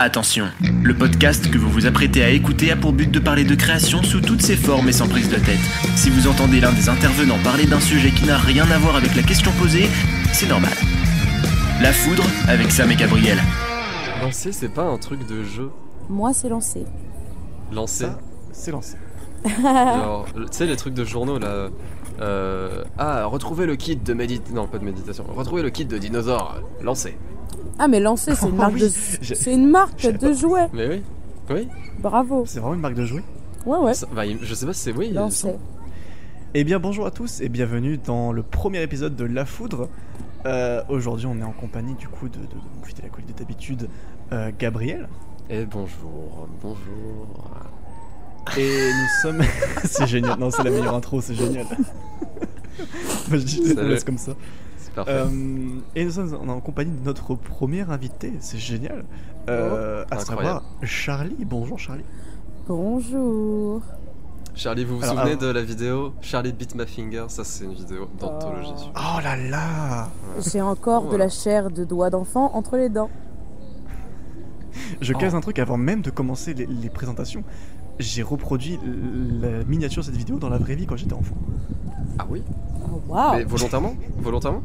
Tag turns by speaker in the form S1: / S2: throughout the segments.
S1: Attention, le podcast que vous vous apprêtez à écouter a pour but de parler de création sous toutes ses formes et sans prise de tête. Si vous entendez l'un des intervenants parler d'un sujet qui n'a rien à voir avec la question posée, c'est normal. La foudre avec Sam et Gabriel.
S2: Lancer, c'est pas un truc de jeu.
S3: Moi, c'est lancé.
S2: Lancer.
S4: Ça, c'est lancé.
S2: Alors, tu sais, les trucs de journaux là. euh, ah, retrouver le kit de méditation. Non, pas de méditation. Retrouver le kit de dinosaure. Lancer.
S3: Ah, mais lancé, c'est une
S4: Oh,
S3: marque
S4: oui.
S3: de,
S4: J'ai-
S3: c'est une marque
S4: j'avais
S3: de jouets.
S2: Mais oui. Oui.
S3: Bravo.
S4: C'est vraiment une marque de jouets.
S3: Ouais, ouais.
S2: Ça- bah, il- je sais pas si c'est oui. il-
S3: Lancé.
S4: Eh bien, bonjour à tous et bienvenue dans le premier épisode de La Foudre. Euh, Aujourd'hui, on est en compagnie du coup de, de, de mon fidèle acolyte de d'habitude, euh, Gabriel.
S2: Eh bonjour, bonjour.
S4: Et nous sommes. c'est génial. Non, c'est la meilleure intro, c'est génial. Moi, je dis, on
S2: Salut.
S4: laisse comme ça.
S2: C'est parfait.
S4: Euh, et nous sommes en, en compagnie de notre premier invité, c'est génial. Euh, à
S2: incroyable.
S4: savoir Charlie. Bonjour Charlie.
S3: Bonjour.
S2: Charlie, vous vous
S4: alors,
S2: souvenez
S4: avant-
S2: de la vidéo Charlie beat my finger Ça, c'est une vidéo d'anthologie.
S4: Oh là là
S3: J'ai encore de la chair de doigts d'enfant entre les dents.
S4: Je
S2: Oh.
S4: casse un truc avant même de commencer les, les présentations. J'ai reproduit l- la miniature de cette vidéo dans la vraie vie quand j'étais enfant.
S2: Ah oui
S3: Oh, Waouh.
S2: Mais
S5: Ah.
S2: volontairement Volontairement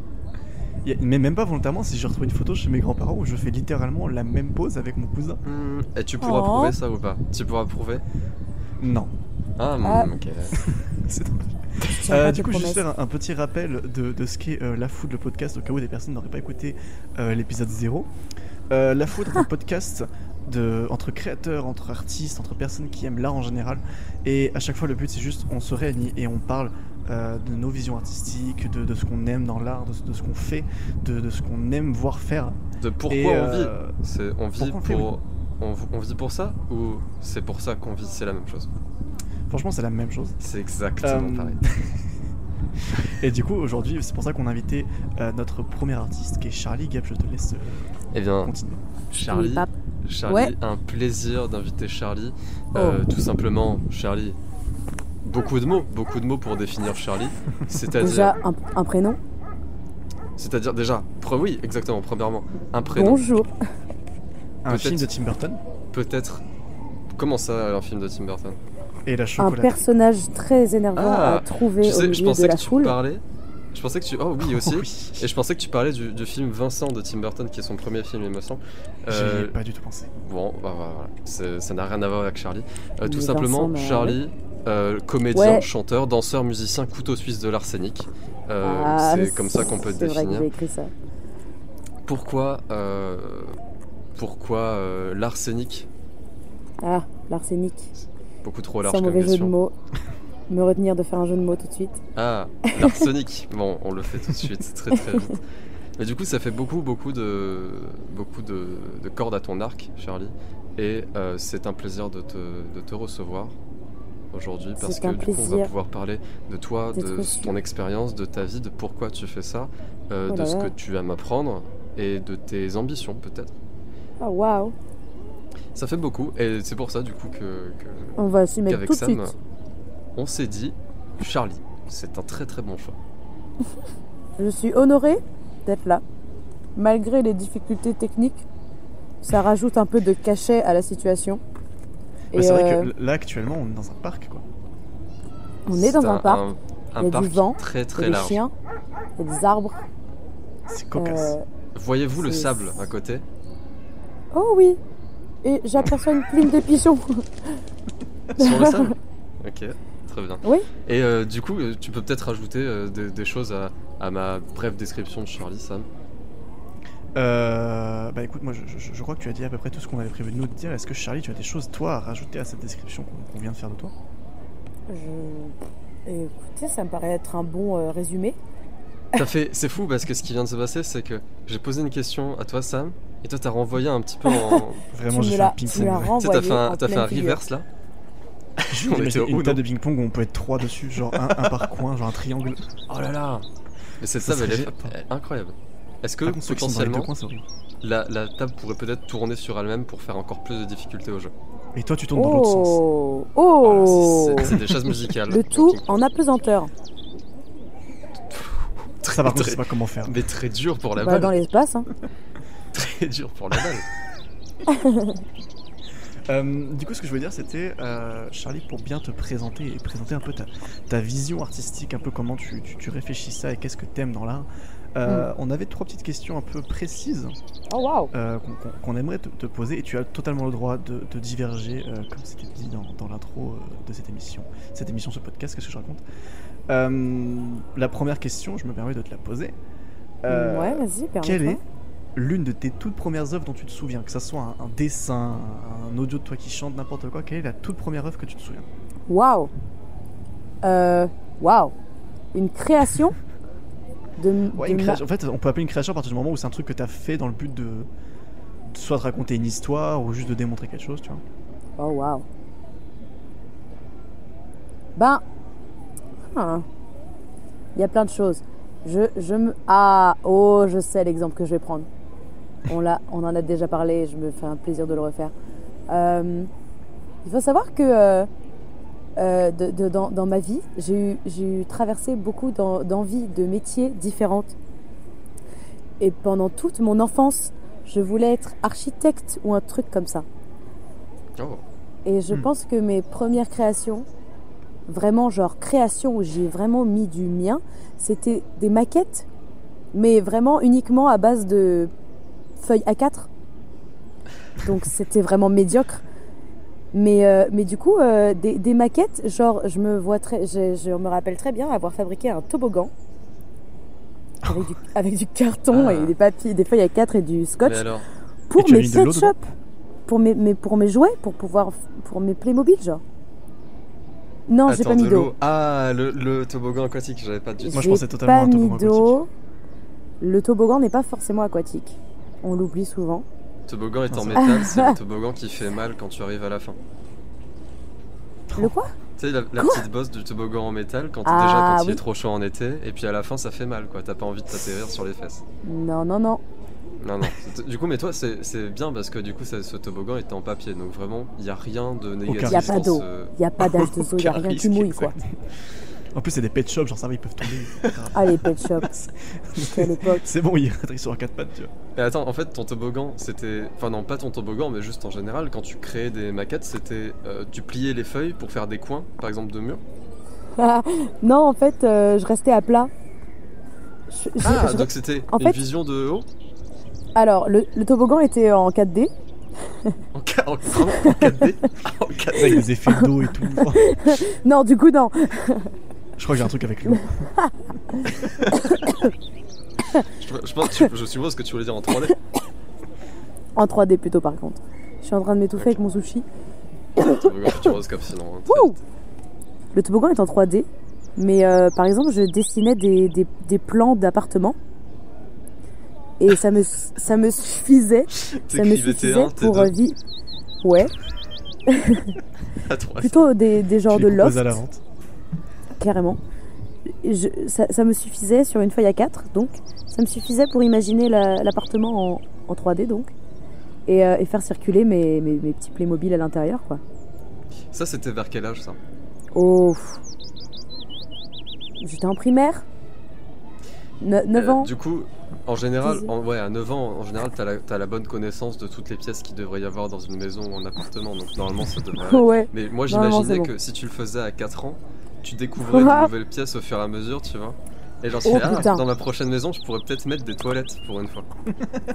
S4: Y a- Mais même pas volontairement, si j'ai retrouvé une photo chez mes grands-parents où je fais littéralement la même pose avec mon cousin.
S2: Hmm, Et tu pourras
S3: Oh.
S2: prouver ça ou pas Tu pourras prouver
S4: Non,
S2: Ah, hmm,
S3: Ah.
S2: ok.
S4: c'est dommage.
S3: Je tiens
S4: Euh,
S3: pas
S4: du
S3: tes
S4: coup, je vais juste
S3: promesses.
S4: faire un, un petit rappel de, de ce qu'est euh, La Foudre, le podcast, au cas où des personnes n'auraient pas écouté euh, l'épisode 0. Euh, la Foudre est un podcast de, entre créateurs, entre artistes, entre personnes qui aiment l'art en général. Et à chaque fois, le but, c'est juste on se réunit et on parle euh, de nos visions artistiques, de, de ce qu'on aime dans l'art, de, ce- de ce qu'on fait, de, de ce qu'on aime voir faire.
S2: De pourquoi
S4: Et,
S2: on vit
S4: euh,
S2: C'est on vit
S4: Pourquoi on fait,
S2: pour on, on vit pour ça ou c'est pour ça qu'on vit C'est la même chose.
S4: Franchement, c'est la même chose.
S2: C'est exactement
S4: Euh,
S2: pareil.
S4: Et du coup, aujourd'hui, c'est pour ça qu'on a invité euh, notre premier artiste qui est Charlie. Gab, je te laisse euh,
S2: Eh bien,
S4: continuer.
S2: Charlie,
S3: Oui, pape.
S2: Charlie,
S3: Ouais. Oh.
S2: un plaisir d'inviter Charlie. Euh, tout simplement, Charlie. Beaucoup de mots, beaucoup de mots pour définir Charlie.
S3: Déjà
S2: C'est-à-dire,
S3: un, un prénom.
S2: c'est-à-dire déjà, pre- oui, exactement. Premièrement, un prénom.
S3: Bonjour.
S4: Un
S2: Peut-être.
S4: film de Tim Burton
S2: Peut-être. Comment ça, un film de Tim Burton
S4: et la
S3: Un
S4: chocolat.
S3: personnage très énervant
S2: Ah,
S3: à trouver
S2: Tu sais,
S3: au
S2: je
S3: milieu de
S2: pensais que
S3: la
S2: tu
S3: foule.
S2: parlais. Je pensais que tu. Oh oui aussi.
S4: Oui.
S2: Et je pensais que tu parlais du, du film Vincent de Tim Burton, qui est son premier film, il me semble.
S4: J'y
S2: Euh,
S4: ai pas du tout pensé.
S2: Bon, bah, voilà, voilà. C'est- ça n'a rien à voir avec Charlie. Euh, tout
S3: Mais
S2: simplement,
S3: Vincent, mais-
S2: Charlie, euh, comédien,
S3: Ouais.
S2: chanteur, danseur, musicien, couteau suisse de l'arsenic. Euh,
S3: Ah,
S2: c'est comme ça qu'on peut
S3: C'est vrai que
S2: définir.
S3: j'ai écrit ça.
S2: Pourquoi, euh, pourquoi euh, l'arsenic
S3: Ah, l'arsenic.
S2: Beaucoup trop large
S3: Sans
S2: comme
S3: mauvais jeu de
S2: question.
S3: mots. Me retenir de faire un jeu de mots tout de suite.
S2: Ah, l'arsenic. bon, on le fait tout de suite, très très vite. Mais du coup, ça fait beaucoup, beaucoup de, beaucoup de, de cordes à ton arc, Charlie. Et euh, c'est un plaisir de te, de te recevoir aujourd'hui parce
S3: C'est
S2: que
S3: un
S2: du coup, on va
S3: plaisir
S2: pouvoir parler de toi,
S3: d'être
S2: de
S3: reçu.
S2: ton expérience, de ta vie, de pourquoi tu fais ça, euh,
S3: Oh
S2: de
S3: là
S2: ce
S3: là.
S2: que tu aimes apprendre et de tes ambitions peut-être.
S3: Ah, waouh.
S2: Ça fait beaucoup et c'est pour ça du coup que, que-
S3: On va s'y mettre
S2: qu'avec
S3: tout de
S2: Sam,
S3: suite.
S2: on s'est dit, Charlie, c'est un très très bon choix.
S3: Je suis honorée d'être là. Malgré les difficultés techniques, ça rajoute un peu de cachet à la situation.
S4: Bah, c'est
S3: euh,
S4: vrai que là actuellement on est dans un parc quoi.
S3: on est dans
S2: C'est
S3: un parc,
S2: un
S3: il y a du
S2: parc
S3: vent,
S2: très
S3: il y
S2: très
S3: a des
S2: large.
S3: chiens, il y a des arbres.
S4: C'est cocasse.
S3: euh,
S2: Voyez-vous le
S3: C'est-
S2: sable à côté
S3: Oh oui Et j'aperçois une plume de pigeon.
S2: Sur le sable Ok, très bien.
S3: Oui.
S2: Et euh, du coup, euh, tu peux peut-être rajouter euh, des, des choses à, à ma brève description de Charlie, Sam.
S4: Euh, bah écoute, moi je, je- je crois que tu as dit à peu près tout ce qu'on avait prévu de nous dire. Est-ce que Charlie, tu as des choses toi à rajouter à cette description qu'on qu'on vient de faire de toi
S3: Je- Écoutez, ça me paraît être un bon euh, résumé.
S2: T'as fait, c'est fou parce que ce qui vient de se passer, c'est que j'ai posé une question à toi, Sam, et toi t'as renvoyé un petit peu en.
S4: Vraiment,
S3: Tu
S4: j'ai
S3: me
S4: fait un
S3: l'as-
S4: ping
S3: tu me l'as
S4: pong.
S2: tu sais, t'as
S3: renvoyé.
S2: fait un,
S3: en
S2: t'as fait
S3: pleine
S2: un
S3: figure.
S2: reverse là
S4: J'ai
S2: On était
S4: imaginé
S2: au
S4: une
S2: Uno.
S4: table de ping pong où on peut être trois dessus, genre un, un par coin, genre un triangle.
S2: Oh là là Mais cette
S4: Ça
S2: table, elle est,
S4: serait génial.
S2: elle est incroyable. Est-ce que
S4: Par contre, ceux Ah, qui sont dans les deux
S2: potentiellement
S4: coins, c'est horrible.
S2: la, la table pourrait peut-être tourner sur elle-même pour faire encore plus de difficultés au jeu
S4: Et toi, tu tournes dans l'autre sens.
S3: Oh Oh
S2: C'est- C'est des chaises musicales.
S3: Le tout en apesanteur.
S4: Ça, par contre, je
S2: Très-
S4: sais pas comment faire.
S5: Bah,
S2: Mais très dur pour la
S3: Bah,
S2: balle.
S3: dans l'espace, hein.
S2: Très dur pour la balle.
S4: Euh, du coup, ce que je voulais dire, c'était, euh, Charlie, pour bien te présenter et présenter un peu ta, ta vision artistique, un peu comment tu, tu, tu réfléchis ça et qu'est-ce que t'aimes dans l'art, euh, on avait trois petites questions un peu précises
S5: Oh waouh
S4: euh, qu'on- qu'on qu'on aimerait te, te poser et tu as totalement le droit de, de diverger, euh, comme c'était dit dans, dans l'intro euh, de cette émission. Cette émission, ce podcast, qu'est-ce que je raconte Euh, La première question, je me permets de te la poser. Euh,
S5: Ouais, vas-y, permets-toi.
S4: quelle est l'une de tes toutes premières œuvres dont tu te souviens Que ça soit un, un dessin, un audio de toi qui chante, n'importe quoi, quelle est la toute première œuvre que tu te souviens
S5: Waouh Euh, Waouh Une création de,
S4: Ouais,
S5: de
S4: une
S5: ma-
S4: création- En fait, on peut appeler une création à partir du moment où c'est un truc que tu as fait dans le but de soit de raconter une histoire ou juste de démontrer quelque chose, tu vois.
S5: Oh waouh. Ben, ah. il y a plein de choses. Je, je me ah oh je sais l'exemple que je vais prendre. On l'a, on en a déjà parlé. Je me fais un plaisir de le refaire. Euh, il faut savoir que euh, euh, de- de- dans, dans ma vie, j'ai eu, j'ai eu traversé beaucoup d'en- d'envies de métiers différentes. Et pendant toute mon enfance, je voulais être architecte ou un truc comme ça.
S2: Oh,
S5: Et je
S4: Hmm.
S5: pense que mes premières créations, vraiment genre création où j'ai vraiment mis du mien, c'était des maquettes, mais vraiment uniquement à base de feuilles A4. Donc c'était vraiment médiocre. Mais, euh, mais du coup, euh, des, des maquettes, genre je me vois très, je, je me rappelle très bien avoir fabriqué un toboggan. Avec du, avec du carton
S2: Ah.
S5: et des papiers, des feuilles A4 et du scotch
S2: mais alors
S4: Et
S5: pour
S4: tu as
S5: mes
S4: mis de l'eau
S5: sex shops, pour mes, mes- pour mes jouets, pour pouvoir, pour mes Playmobil, genre. Non, j'ai
S2: Attends,
S5: pas mis
S2: de
S5: d'eau.
S2: l'eau. Ah, le, le toboggan aquatique, j'avais pas du
S4: Moi, je
S5: J'ai
S4: pensais totalement à
S5: pas
S4: un
S5: mis
S4: toboggan
S5: d'eau. Le toboggan n'est pas forcément aquatique. On l'oublie souvent.
S2: Le toboggan est en
S4: Ah,
S2: métal, c'est le toboggan qui fait mal quand tu arrives à la fin.
S5: Le quoi
S2: Tu sais, la, la petite bosse du toboggan en métal, quand,
S5: Ah,
S2: déjà quand il
S5: oui.
S2: est trop chaud en été, et puis à la fin ça fait mal quoi, t'as pas envie de t'atterrir sur les fesses.
S5: Non, non, non.
S2: Non, non. C'est- Du coup, mais toi, c'est c'est bien parce que du coup, ça- ce toboggan était en papier, donc vraiment, il n'y a rien de négatif.
S4: Y a
S2: dans
S5: pas d'eau.
S2: ce-
S5: Il n'y a pas d'âge de zoo, il n'y a
S4: Aucun
S5: rien qui
S4: risque,
S5: mouille, quoi.
S4: En plus, c'est des pet shops, genre ça va, ils peuvent tomber.
S5: Ah, les pet shops, quelle époque.
S4: c'est bon, ils atterrissent sur un 4 pattes, tu vois.
S2: Mais attends, en fait, ton toboggan, c'était. Enfin, non, pas ton toboggan, mais juste en général, quand tu créais des maquettes, c'était. euh, tu pliais les feuilles pour faire des coins, par exemple, de murs.
S5: Ah, non, en fait, euh, je restais à plat. Je- je-
S2: Ah,
S5: je-
S2: donc c'était
S5: en
S2: une
S5: fait-
S2: vision de haut
S5: Alors, le, le toboggan était en 4D.
S2: En, ca- en- vraiment, en 4D En
S4: Avec
S2: 4D
S4: des effets d'eau et tout. Oh,
S5: Non, du coup, non.
S4: je crois que j'ai un truc avec l'eau.
S2: je, je pense, tu- je suppose que tu voulais dire en 3D.
S5: En 3D plutôt, par contre. Je suis en train de m'étouffer avec mon sushi.
S2: toboggan Futuroscope, sinon. hein,
S5: Wouh Le toboggan est en 3D, mais euh, par exemple, je dessinais des, des- des plans d'appartements. Et ça me, ça me suffisait, ça me
S2: T'écrivais
S5: suffisait
S2: T1,
S5: pour euh,
S2: T2,
S5: vivre. Ouais, euh,
S2: T3.
S5: plutôt des, des genres
S4: Ah, Tu
S5: de
S4: les proposes
S5: loft,
S4: à la vente.
S5: carrément. Je- ça, ça me suffisait sur une feuille à 4, donc ça me suffisait pour imaginer la- l'appartement en, en 3D, donc. Et, euh, et faire circuler mes, mes, mes petits Playmobil à l'intérieur, quoi.
S2: Ça, c'était vers quel âge ça
S5: Oh. pff. J'étais en primaire. 9
S2: Euh,
S5: ans.
S2: Du coup, en général,
S5: Dix
S2: en- ouais, à 9 ans, en général, t'as la, t'as la bonne connaissance de toutes les pièces qu'il devrait y avoir dans une maison ou un appartement, donc normalement, ça devrait aller.
S5: Ouais.
S2: Mais moi,
S5: Normalement,
S2: j'imaginais
S5: c'est bon.
S2: que si tu le faisais à 4 ans, tu découvrais de
S5: Ah.
S2: nouvelles pièces au fur et à mesure, tu vois. Et j'en suis
S5: Oh,
S2: ah,
S5: putain.
S2: dans ma prochaine maison, je pourrais peut-être mettre des toilettes pour une fois.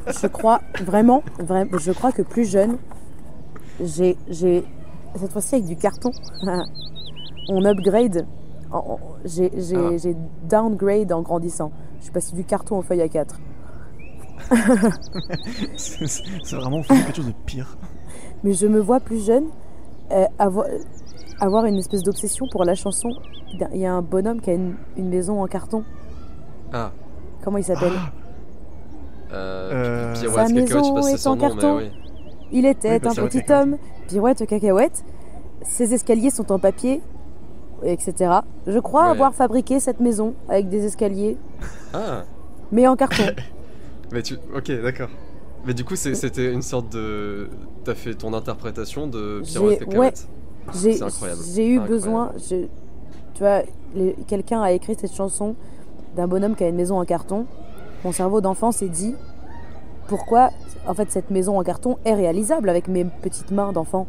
S5: Je crois vraiment, vraiment, je crois que plus jeune, j'ai, j'ai cette fois-ci avec du carton, on upgrade. En- en- J'ai, j'ai,
S2: Ah.
S5: j'ai downgrade en grandissant. Je suis passée du carton aux feuilles à 4.
S4: C'est c'est vraiment faire quelque chose de pire.
S5: Mais je me vois plus jeune euh, avoir, avoir une espèce d'obsession pour la chanson. Il y a un bonhomme qui a une, une maison en carton.
S2: Ah,
S5: Comment il s'appelle
S4: Ah, Euh,
S2: euh, puis- puis,
S5: Sa
S2: ouais, c'est quelqu'un, je sais
S5: maison
S2: pas si
S5: est
S2: c'est son
S5: en
S2: nom, mais
S5: carton.
S2: oui.
S5: Il était
S4: Oui, bah,
S5: un
S4: c'est vrai,
S5: petit
S4: t'as
S5: homme, pirouette aux cacahuètes, ses escaliers sont en papier, etc. Je crois
S2: Ouais.
S5: avoir fabriqué cette maison avec des escaliers,
S2: Ah,
S5: mais en carton.
S2: mais tu. Ok, d'accord. Mais du coup, c'est- c'était une sorte de. T'as fait ton interprétation de
S5: J'ai-
S2: Pirouette et
S5: ouais.
S2: Cacahuète.
S5: J'ai
S2: C'est incroyable.
S5: j'ai eu
S2: Incroyable.
S5: besoin, je- tu vois, les- quelqu'un a écrit cette chanson d'un bonhomme qui a une maison en carton. Mon cerveau d'enfant s'est dit pourquoi en fait, cette maison en carton est réalisable avec mes petites mains d'enfant.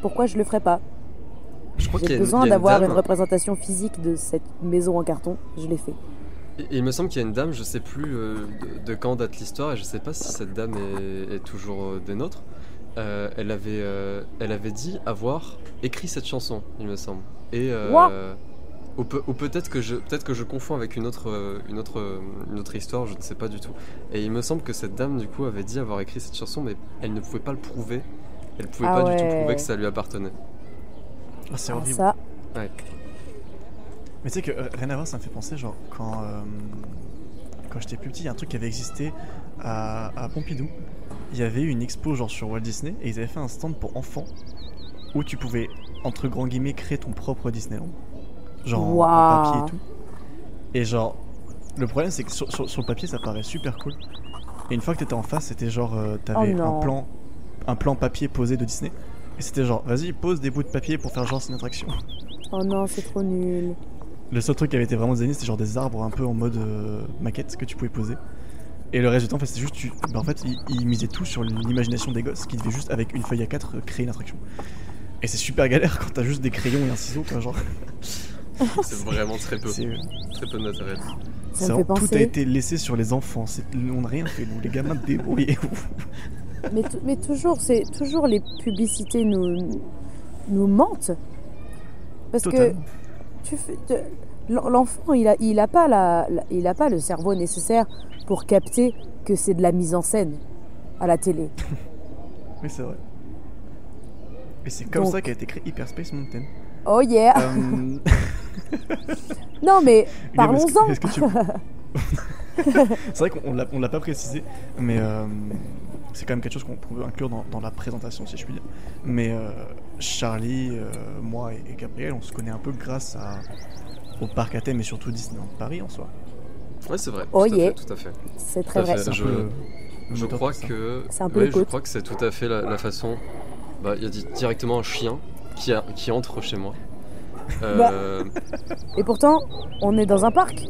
S5: Pourquoi je le ferais pas
S2: Je crois qu'il y
S5: J'ai
S2: a une- il
S5: besoin
S2: y a une
S5: d'avoir
S2: dame-
S5: une représentation physique de cette maison en carton. Je l'ai fait.
S2: il- Il me semble qu'il y a une dame, je sais plus euh, de, de quand date l'histoire, et je sais pas si cette dame est, est toujours euh, des nôtres. Euh, elle, avait, euh, elle avait dit avoir écrit cette chanson, il me semble. Et, euh,
S5: Ouah.
S2: ou peut- ou peut-être que, je peut que je confonds avec une autre, euh, une, autre, euh, une autre histoire, je ne sais pas du tout. Et il me semble que cette dame, du coup, avait dit avoir écrit cette chanson, mais elle ne pouvait pas le prouver. Elle pouvait
S5: Ah
S2: pas du tout
S5: ouais.
S2: prouver que ça lui appartenait.
S4: Ah, c'est
S5: Ah,
S4: horrible.
S5: ça,
S4: Mais tu sais que euh, rien à voir, ça me fait penser, genre, quand, euh, quand j'étais plus petit, il y a un truc qui avait existé à, à Pompidou. Il y avait une expo, genre, sur Walt Disney, et ils avaient fait un stand pour enfants où tu pouvais, entre grands guillemets, créer ton propre Disneyland. Genre, en- en
S5: Waouh.
S4: papier et tout. Et genre, le problème, c'est que sur, sur- sur le papier, ça paraît super cool. Et une fois que t'étais en face, c'était genre, euh, t'avais
S5: Oh
S4: un
S5: non.
S4: plan un plan papier posé de Disney. Et c'était genre, vas-y, pose des bouts de papier pour faire genre, c'est une attraction.
S5: Oh non, c'est trop nul.
S4: Le seul truc qui avait été vraiment designé, c'était genre des arbres un peu en mode euh, maquette que tu pouvais poser. Et le reste du temps, en fait, c'est juste. Tu... bah, en fait, ils, ils misaient tout sur l'imagination des gosses qui devaient juste, avec une feuille à 4, créer une attraction. Et c'est super galère quand t'as juste des crayons et un ciseau, quoi. Genre,
S2: C'est vraiment très peu,
S4: c'est. euh,
S2: très peu de matériel.
S5: Ça
S4: c'est
S5: me fait
S4: vraiment- Tout a
S5: penser.
S4: été laissé sur les enfants. c'est- On n'a rien fait, nous, les gamins, débrouillez-vous.
S5: Mais, tou- mais toujours, c'est toujours les publicités nous nous mentent parce que
S4: Totalement.
S5: tu fais- te- l'en- l'enfant il a il a pas la, la- il a pas le cerveau nécessaire pour capter que c'est de la mise en scène à la télé.
S4: Oui, c'est vrai. Et c'est comme
S5: Donc-
S4: ça qu'a été créé Hyperspace Mountain.
S5: Oh yeah.
S4: Euh,
S5: Non mais
S4: Guillaume, est-ce que-
S5: Parlons-en.
S4: est-ce que tu- C'est vrai qu'on l'a- on l'a pas précisé, mais euh, c'est quand même quelque chose qu'on peut inclure dans, dans la présentation, si je puis dire. Mais euh, Charlie, euh, moi et, et Gabriel, on se connaît un peu grâce à, au parc à thème et surtout Disneyland Paris en soi.
S2: Ouais, c'est vrai.
S5: Oh
S2: tout à
S5: yeah.
S2: fait, tout à fait.
S5: c'est très
S2: Tout à
S5: vrai.
S2: fait.
S4: C'est
S2: Euh, Je-
S4: un peu le- le
S2: Je
S4: moteur de
S2: crois
S4: tout ça.
S2: que.
S5: C'est un peu
S2: ouais,
S5: les
S2: je
S5: côtes.
S2: crois que c'est tout à fait la, la façon. Bah, il y a di- directement un chien qui, a- qui entre chez moi. Euh,
S5: Bah. Et pourtant on est dans un parc.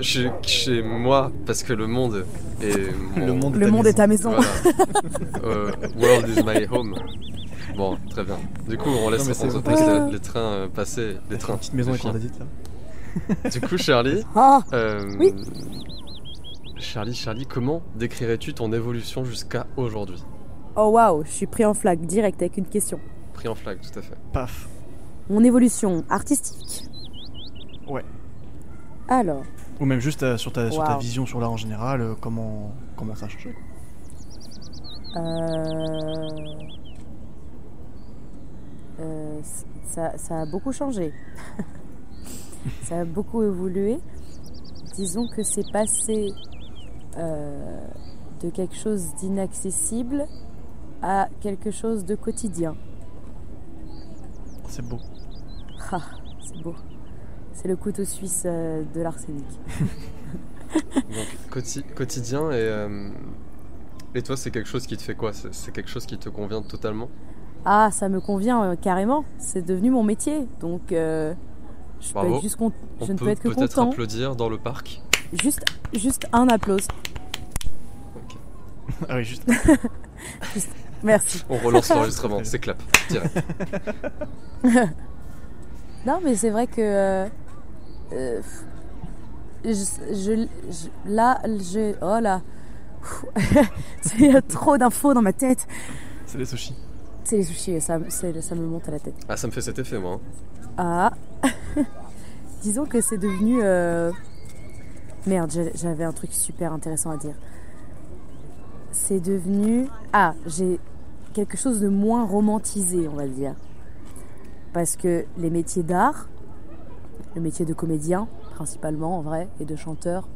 S2: chez, chez moi, parce que le monde est. mon-
S4: Le monde,
S5: Le
S4: ta
S5: monde
S4: maison.
S5: est à maison.
S2: Voilà. Euh, world is my home. Bon, très bien. Du coup, on laisse,
S4: Non, mais c'est
S2: on
S4: vrai.
S2: laisse les, les trains euh, passer. Les
S4: T'as fait
S2: trains.
S4: une petite maison
S2: les
S4: avec
S2: chiens.
S4: Rondadite là.
S2: Du coup, Charlie.
S5: Ah
S2: euh,
S5: Oui.
S2: Charlie, Charlie, comment décrirais-tu ton évolution jusqu'à aujourd'hui
S5: oh waouh, je suis pris en flag direct avec une question.
S2: Pris en flag, tout à fait.
S4: Paf.
S5: Mon évolution artistique.
S4: Ouais.
S5: Alors.
S4: Ou même juste euh, sur, ta, sur ta
S5: Wow.
S4: vision sur l'art en général, euh, comment, comment ça a changé. quoi.
S5: Euh, euh, ça, ça a beaucoup changé. ça a beaucoup évolué. Disons que c'est passé euh, de quelque chose d'inaccessible à quelque chose de quotidien.
S4: C'est beau.
S5: Ah, c'est beau. C'est le couteau suisse euh, de l'arsenic.
S2: Donc quoti- quotidien et euh, et toi c'est quelque chose qui te fait quoi C'est c'est quelque chose qui te convient totalement
S5: Ah, ça me convient euh, carrément. C'est devenu mon métier. Donc, euh, je, peux
S2: Bravo.
S5: être juste con-
S2: On
S5: je ne
S2: peut
S5: peux être que
S2: peut-être
S5: content.
S2: applaudir dans le parc.
S5: Juste, juste un applause.
S2: Ok.
S4: Ah oui, juste.
S5: Merci.
S2: On relance l'enregistrement, c'est clap. Direct.
S5: Non, mais c'est vrai que euh, euh, je, je- je- là, je, oh là, il y a trop d'infos dans ma tête.
S4: C'est les sushis.
S5: C'est les sushis, ça, c'est- ça me monte à la tête.
S2: Ah ça me fait cet effet moi. hein.
S5: Ah, disons que c'est devenu euh, merde. j'ai- J'avais un truc super intéressant à dire. C'est devenu ah, j'ai quelque chose de moins romantisé, on va le dire, parce que les métiers d'art, le métier de comédien principalement en vrai et de chanteur,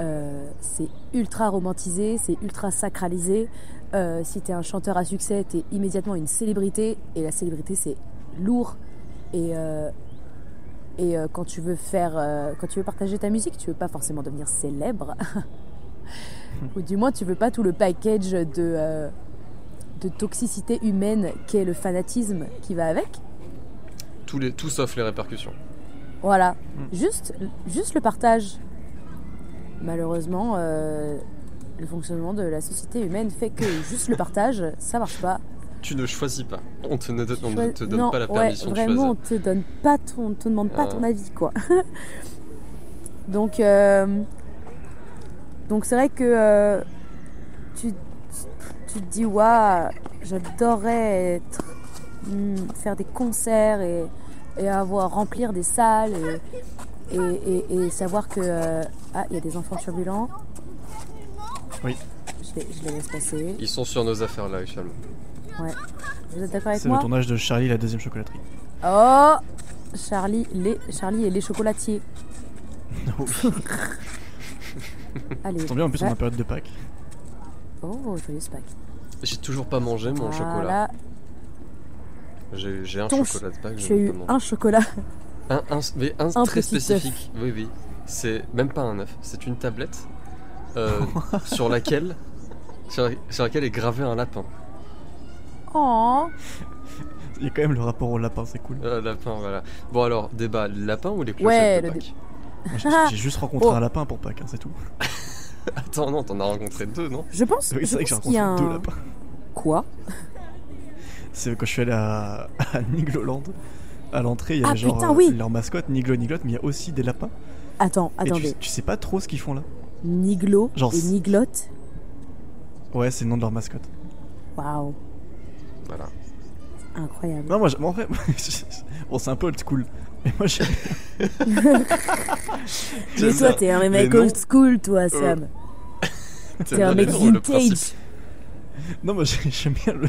S5: euh, c'est ultra romantisé, c'est ultra sacralisé. Euh, si t'es un chanteur à succès, t'es immédiatement une célébrité et la célébrité c'est lourd et euh, et euh, quand tu veux faire euh, quand tu veux partager ta musique tu veux pas forcément devenir célèbre ou du moins tu veux pas tout le package de euh, de toxicité humaine qu'est le fanatisme qui va avec
S2: Tous les, tout sauf les répercussions.
S5: voilà juste juste le partage malheureusement euh, le fonctionnement de la société humaine fait que juste le partage, ça marche pas.
S2: Tu ne choisis pas. On, te ne,
S5: Tu
S2: on ne
S5: choisis-
S2: te donne
S5: non,
S2: pas la
S5: ouais,
S2: permission de
S5: vraiment,
S2: choisir.
S5: on te donne pas ton, on te demande pas
S2: Ah.
S5: ton avis, quoi. donc, euh, donc c'est vrai que euh, tu, tu- tu te dis waouh, j'adorerais être- hmm, faire des concerts et, et avoir remplir des salles et, et- et- et savoir que euh, ah, il y a des enfants turbulents.
S4: Oui.
S5: Je les, je les laisse passer.
S2: Ils sont sur nos affaires là, actuellement.
S5: Vous êtes d'accord avec
S4: C'est le
S5: moi
S4: tournage de Charlie, la deuxième chocolaterie.
S5: Oh Charlie, les, Charlie et les chocolatiers.
S4: Oh,
S5: Allez.
S4: Ça tombe bien, en plus, on est
S5: va-
S4: en période de Pâques.
S5: Oh, joyeux pack.
S2: J'ai toujours pas mangé mon chocolat. J'ai j'ai un
S5: Ton
S2: chocolat de Pâques.
S5: Tu
S2: j'ai
S5: as eu
S2: pas mangé.
S5: un chocolat.
S2: Un, un- mais un,
S5: Un
S2: très
S5: petit œuf.
S2: spécifique. Oui, oui. C'est même pas un œuf, c'est une tablette euh, sur laquelle sur, la- sur laquelle est gravé un lapin.
S5: Oh
S4: Il y a quand même le rapport au lapin, c'est cool.
S2: Un Euh, lapin, voilà. Bon alors, débat, le lapin ou les clochettes
S5: Ouais,
S2: de
S5: le
S2: Pâques
S4: Moi, j'ai- J'ai juste rencontré
S5: Oh.
S4: un lapin pour Pâques, hein, c'est tout.
S2: Attends, non, t'en as rencontré deux, non
S5: Je pense,
S4: Oui,
S5: je
S4: c'est vrai que j'ai
S5: pense qu'il y a
S4: rencontré deux
S5: un.
S4: lapins.
S5: Quoi
S4: C'est quand je suis allé à, à Nigloland. À l'entrée, il y
S5: Ah,
S4: avait genre
S5: putain,
S4: euh,
S5: oui.
S4: leur mascotte, Niglo Niglotte, mais il y a aussi des lapins.
S5: Attends,
S4: Et tu,
S5: attendez.
S4: tu sais pas trop ce qu'ils font là
S5: Niglo
S4: Genre-
S5: et Niglotte.
S4: Ouais, c'est le nom de leur mascotte.
S5: Waouh,
S2: Voilà.
S5: incroyable.
S4: Non, moi, j'ai- moi, en vrai, bon, c'est un peu old school. Mais moi, j'ai-
S5: Mais toi, t'es un mec
S4: noms.
S5: old school, toi,
S2: Euh,
S5: Sam. T'es
S2: bien
S5: un
S2: les
S5: mec
S2: noms, le principe.
S5: vintage.
S4: non, moi, j'ai- j'aime bien le,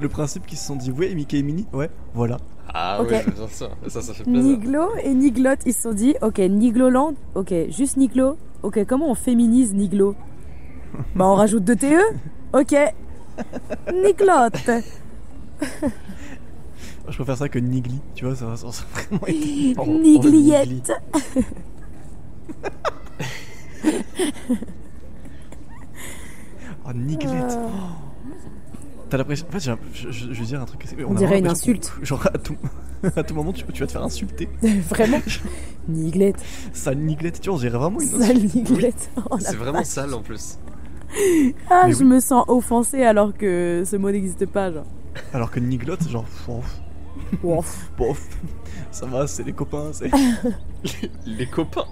S4: le principe qu'ils se sont dit, ouais, Mickey et Minnie, ouais, voilà.
S2: Ah
S5: Ok.
S2: oui, bien sûr. Ça, ça fait plaisir.
S5: Niglo et Niglotte, ils se sont dit, ok, Nigloland, ok, juste Niglo, ok, comment on féminise Niglo Bah on rajoute deux TE Ok, Niglotte
S4: Je préfère ça que Nigli, tu vois, ça va ça, ça a vraiment été-
S5: Nigliette
S4: Oh, Niglette
S5: Euh.
S4: T'as l'impression. En fait, j'ai un- je, je- je veux dire un truc. assez- a
S5: dirait
S4: vraiment
S5: une
S4: l'impression
S5: insulte.
S4: qu'on- Genre, à tout, à tout moment, tu, tu vas te faire insulter.
S5: Vraiment Niglette,
S4: Ça, Niglette, tu vois, on dirait vraiment une
S5: sale Niglette Oh la
S2: C'est vraiment
S5: vache.
S2: sale en plus.
S5: Ah,
S4: Mais
S5: je me sens offensée alors que ce mot n'existe pas, genre.
S4: Alors que Niglotte, genre, pouf,
S5: Ouf.
S4: pouf, ça va, c'est les copains, c'est.
S2: Les copains.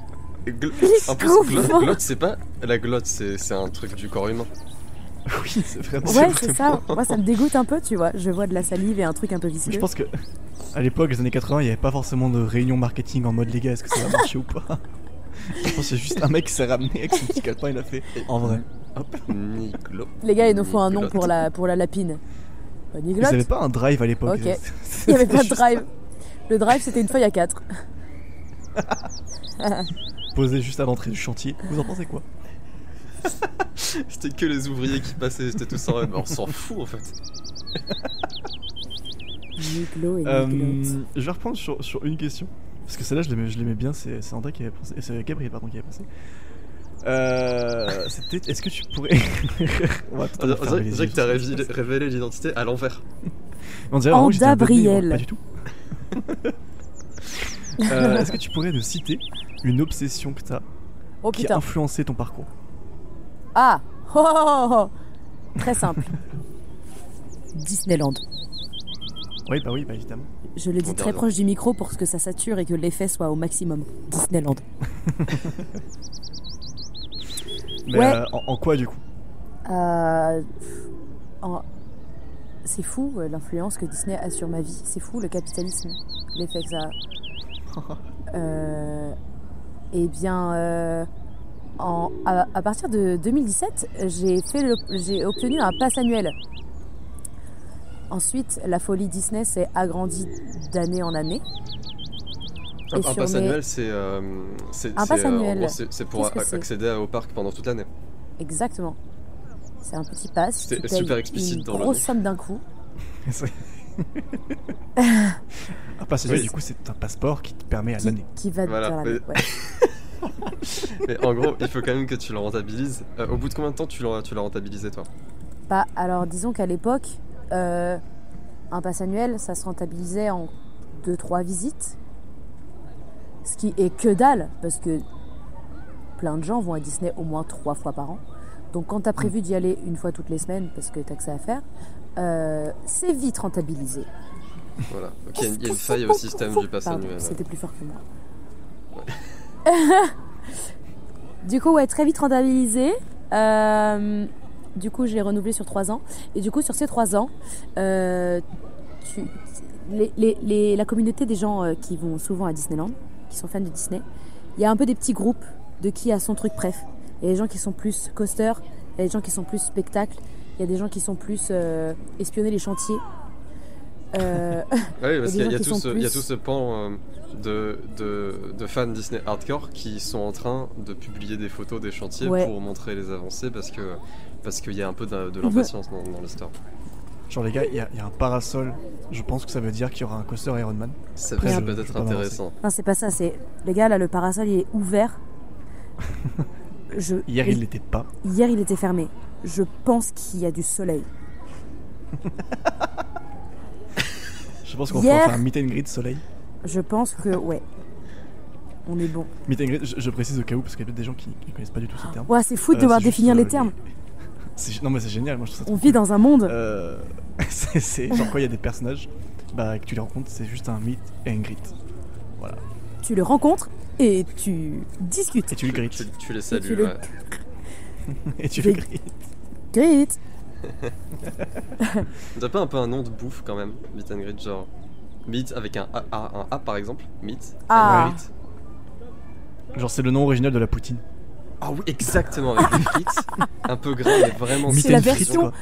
S2: Gl-
S5: Les
S2: en plus,
S5: copains.
S2: glo- glotte, c'est pas. La glotte, c'est c'est un truc du corps humain.
S4: Oui, c'est vraiment.
S5: Ouais, c'est ça. Moi, ça me dégoûte un peu, tu vois. Je vois de la salive et un truc un peu
S4: Mais je
S5: visqueux.
S4: pense que à l'époque, les années 80, il n'y avait pas forcément de réunion marketing en mode les gars, est-ce que ça va marcher ou pas Je pense que c'est juste un mec qui s'est ramené avec son petit calepin, il a fait en vrai.
S2: Ni glotte.
S5: Les gars, il nous faut un nom
S2: Niglotte.
S5: pour la, pour la lapine. Bah,
S4: Ils n'avaient
S5: Niglotte
S4: pas un drive à l'époque.
S5: Ok. Il n'y avait pas de drive. Le drive, c'était une feuille à 4.
S4: Posé juste à l'entrée du chantier. Vous en pensez quoi
S2: C'était que les ouvriers qui passaient, c'était tous en mode. Bah, On s'en fout en fait.
S5: Niglo et
S4: Euh,
S5: Niglotte.
S4: Je vais reprendre sur, sur une question. Parce que celle-là, je l'aimais, je l'aimais bien. C'est c'est André qui avait pensé. C'est Gabriel, pardon, qui avait pensé. Euh, c'était. Est-ce que tu pourrais. on va
S2: On
S4: tout
S2: dirait
S4: à l'heure
S2: on dirait-
S4: fermer les
S2: on dirait
S4: yeux
S2: que Ah, t'as
S4: sur-
S2: révélé, révélé l'identité à l'envers.
S4: On dirait vraiment que j'étais un peu
S5: Gabriel.
S4: débile, moi, Pas du tout. Euh, Est-ce que tu pourrais nous citer une obsession que t'as
S5: Oh
S4: qui a
S5: putain.
S4: influencé ton parcours
S5: Ah Oh, oh, oh, oh. Très simple. Disneyland.
S4: Oui, bah oui, bah évidemment.
S5: Je le
S2: On
S5: dis
S2: dit
S5: très
S2: rien.
S5: proche du micro pour que ça sature et que l'effet soit au maximum. Disneyland.
S4: Mais
S5: Ouais.
S4: euh, en, en quoi du coup
S5: Euh, pff, en- C'est fou euh, l'influence que Disney a sur ma vie. C'est fou le capitalisme, l'effet que ça a. Euh, Eh bien, euh, en- à, à partir de 2017, j'ai fait le- j'ai obtenu un pass annuel. Ensuite, la folie Disney s'est agrandie d'année en année.
S2: Un,
S5: Et
S2: un
S5: sur
S2: pass
S5: mes-
S2: annuel, c'est euh, c'est-
S5: Un
S2: c'est,
S5: pass
S2: euh, en
S5: annuel.
S2: gros, c'est- c'est pour
S5: Qu'est-ce que
S2: a-
S5: c'est
S2: accéder au parc pendant toute l'année.
S5: Exactement. C'est un petit pass.
S2: C'était
S5: tu payes
S2: super explicite
S5: une
S2: dans le
S5: grosse
S2: nom.
S5: somme d'un coup.
S4: C'est- Un passeport,
S2: Oui.
S4: Ah, du coup, c'est un passeport qui te permet à
S5: Qui,
S4: l'année.
S5: qui va
S2: Voilà.
S5: dans la-
S2: Mais-
S5: ouais.
S2: Mais en gros, il faut quand même que tu le rentabilises. Euh, au bout de combien de temps tu l'as tu l'as rentabilisé toi
S5: Bah, alors disons qu'à l'époque, euh, un pass annuel, ça se rentabilisait en 2-3 visites. Ce qui est que dalle, parce que plein de gens vont à Disney au moins 3 fois par an. Donc quand tu as prévu d'y aller une fois toutes les semaines, parce que tu as que ça à faire, euh, c'est vite rentabilisé.
S2: Voilà. Donc, il y a une, il y a une
S5: Qu'est-ce que
S2: faille
S5: c'est
S2: au
S5: pour-
S2: système
S5: pour-
S2: du euh, pass
S5: Pardon,
S2: annuel.
S5: C'était plus fort que moi. du coup, ouais, très vite rentabilisé. Euh, du coup, j'ai renouvelé sur 3 ans. Et du coup, sur ces 3 ans, euh, tu- les- les- les- la communauté des gens euh, qui vont souvent à Disneyland, qui sont fans de Disney, il y a un peu des petits groupes de qui a son truc préf. Il y a des gens qui sont plus coasters, il y a des gens qui sont plus spectacle, il y a des gens qui sont plus euh, espionner les chantiers. Euh,
S2: Ah Oui, parce
S5: Il y
S2: qu'il y, a- il
S5: a
S2: y a
S5: des gens
S2: tout
S5: qui
S2: ce-
S5: sont
S2: il y a
S5: plus-
S2: tout ce pan euh, de, de, de fans Disney hardcore qui sont en train de publier des photos des chantiers
S5: Ouais. Mhm.
S2: pour montrer les avancées parce que parce qu'il y a un peu de, de l'impatience dans, dans l'histoire.
S4: Genre les gars, il y, a- il y a un parasol. Je pense que ça veut dire qu'il y aura un coaster Iron Man.
S2: Ça
S4: Après,
S2: peut
S4: je- je vais
S2: être
S4: pas m'avancer.
S2: intéressant.
S5: Non, c'est pas ça, c'est. Les gars, là, le parasol, il est ouvert. Je...
S4: Hier il l'était pas.
S5: Hier, il était fermé. Je pense qu'il y a du soleil.
S4: Je pense qu'on
S5: Hier-
S4: pourra faire un meet and greet soleil.
S5: Je pense que, ouais. On est bon.
S4: Meet and greet, je, je précise au cas où parce qu'il y a peut-être des gens qui ne connaissent pas du tout ce terme.
S5: Ouais, c'est fou de
S4: Euh,
S5: devoir
S4: c'est juste,
S5: définir
S4: euh,
S5: les termes.
S4: C'est- Non mais c'est génial, moi je trouve ça
S5: On vit dans un monde.
S4: Euh, c'est- c'est genre quand il y a des personnages bah, que tu les rencontres, c'est juste un meet and greet.
S5: Tu le rencontres et tu discutes.
S4: Et tu le
S2: Tu,
S4: greet.
S2: tu les
S5: tu
S2: salues.
S5: le-
S2: ouais.
S4: Et tu
S5: J'ai-
S4: le greet.
S5: Great.
S2: T'as pas un peu un nom de bouffe quand même, Meet and Greet, genre Meet avec un A, A- un A par exemple, Meet. and
S5: Ah.
S2: greet.
S4: Genre c'est le nom original de la poutine.
S2: Ah oui, exactement, avec des frites, un peu gras mais vraiment
S5: Meet
S4: Meet
S5: C'est la
S4: and greet,
S5: version-
S4: quoi.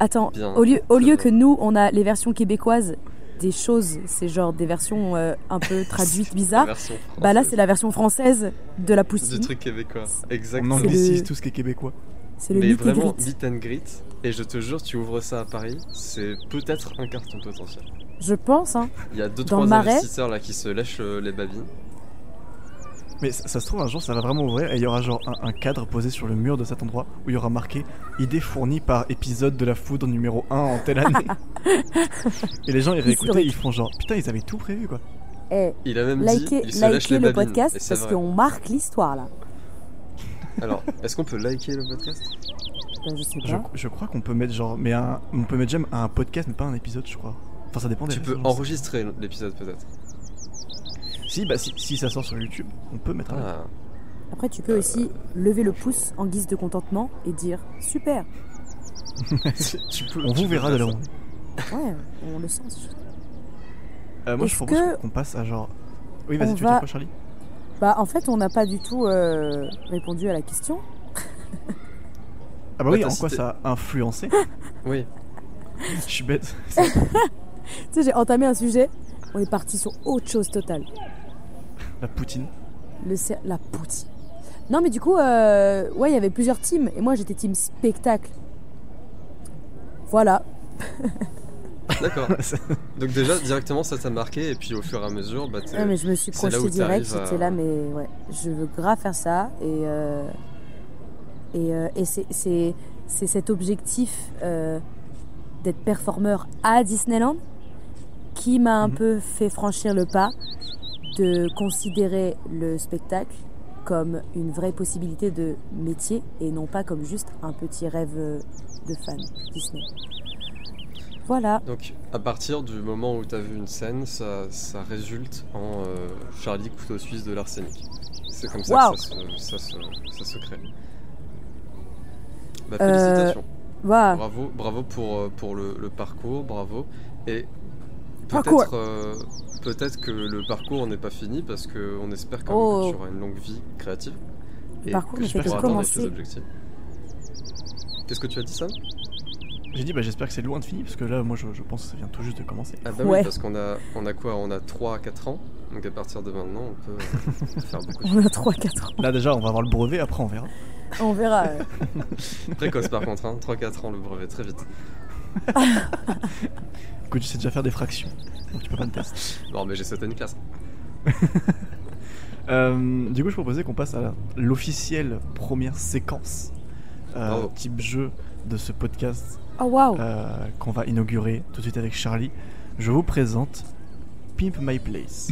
S5: Attends,
S2: Bien,
S5: au lieu, au
S2: très bien.
S5: lieu que nous, on a les versions québécoises des choses, c'est genre des versions euh, un peu traduites
S2: la
S5: bizarres.
S2: version
S5: Bah là,
S2: française
S5: c'est la version française de la
S2: du
S5: poustine.
S2: truc québécois.
S4: On
S2: Exactement.
S4: anglicise
S5: le-
S4: tout ce qui est québécois.
S5: C'est le
S2: mais
S5: meet and
S2: vraiment,
S5: greet.
S2: meet and greet. Et je te jure, tu ouvres ça à Paris, c'est peut-être un carton potentiel.
S5: Je pense, hein.
S2: Il y a deux
S5: Dans le
S2: trois
S5: Marais
S2: investisseurs là qui se lèchent euh, les babines.
S4: Mais ça, ça se trouve un jour ça va vraiment ouvrir et il y aura genre un, un cadre posé sur le mur de cet endroit où il y aura marqué idée fournie par épisode de la foudre numéro 1 en telle année. et les gens ils réécoutent et
S5: Historique.
S4: ils font genre putain ils avaient tout prévu quoi.
S5: Eh,
S2: Il a même
S5: likez,
S2: dit, il se lèche
S5: likez
S2: les
S5: le
S2: babines.
S5: podcast
S2: Et c'est
S5: parce
S2: vrai.
S5: qu'on marque l'histoire là.
S2: Alors, est-ce qu'on peut liker le podcast
S5: Ben, je sais
S4: Je,
S5: pas.
S4: je crois qu'on peut mettre genre mais un, on peut mettre j'aime à un podcast mais pas un épisode je crois. Enfin ça dépend des hein,
S2: Tu peux
S4: réseaux, j'en sais
S2: enregistrer l'épisode peut-être.
S4: Si, bah si, si ça sort sur YouTube, on peut mettre un lien.
S2: Ah,
S5: Après, tu peux aussi lever le pouce en guise de contentement et dire super.
S2: tu peux.
S4: On
S2: tu
S4: vous
S2: peux
S4: verra de
S2: faire
S4: là
S2: ça.
S5: Ouais, on le sent. ce truc.
S4: Euh, moi, je
S5: Est-ce
S4: propose
S5: que-
S4: qu'on passe à genre. Oui,
S5: On
S4: vas-y, tu veux
S5: va-
S4: dire quoi, Charlie
S5: Bah, en fait, on n'a pas du tout euh, répondu à la question.
S4: Ah, bah oui,
S2: Attends,
S4: en
S2: si
S4: quoi
S2: t'es-
S4: ça a influencé
S2: Oui.
S4: Je suis bête.
S5: Tu sais, j'ai entamé un sujet, on est parti sur autre chose totale.
S4: La poutine.
S5: Le cer- la poutine. Non, mais du coup, euh, ouais, il y avait plusieurs teams et moi j'étais team spectacle. Voilà.
S2: D'accord. Donc déjà directement ça t'a marqué et puis au fur et à mesure bah t'es-
S5: Ouais, Ah, mais je me suis
S2: c'est là où
S5: projetée direct,
S2: t'arrives à-
S5: j'étais là, mais ouais, je veux grave faire ça. Et, euh, et, euh, et c'est- c'est c'est cet objectif euh, d'être performeur à Disneyland qui m'a un
S4: Mhm.
S5: peu fait franchir le pas de considérer le spectacle comme une vraie possibilité de métier et non pas comme juste un petit rêve euh, de fan Disney. Voilà.
S2: Donc, à partir du moment où tu as vu une scène, ça, ça résulte en euh, Charlie couteau suisse de l'arsenic. C'est comme ça
S5: Waouh.
S2: que ça se, ça se- ça se crée. Bah,
S5: Euh, ah.
S2: félicitations.
S5: Voilà.
S2: Bravo, bravo pour, euh, pour le, le parcours, bravo. Et
S5: Parcours.
S2: peut-être euh, peut-être que le parcours n'est pas fini parce qu'on espère quand
S5: Oh.
S2: même que tu auras une longue vie créative.
S5: Le
S2: et
S5: parcours
S2: que
S5: ne
S2: tu
S5: fait que
S2: pourras atteindre
S5: commencer.
S2: tes objectifs. Qu'est-ce que tu as dit, Sam
S4: J'ai dit, bah, j'espère que c'est loin de fini, parce que là, moi, je, je pense que ça vient tout juste de commencer.
S2: Ah bah
S5: Ouais.
S2: oui, parce qu'on a, on a quoi On a 3 à 4 ans. Donc à partir de maintenant, on peut euh, faire beaucoup de
S5: On a 3-4 ans.
S4: Là, déjà, on va avoir le brevet, après, on verra.
S5: On verra. euh. ouais.
S2: choses. Précoce par contre, hein. 3-4 ans le brevet, très vite.
S4: Écoute, tu sais déjà faire des fractions. Donc, tu peux pas me tester.
S2: Non mais j'ai sauté une classe.
S4: Euh, du coup, je proposais qu'on passe à l'officielle première séquence, euh,
S2: Bravo.
S4: type jeu de ce podcast
S5: Oh waouh.
S4: euh, qu'on va inaugurer tout de suite avec Charlie. Je vous présente Pimp My Place.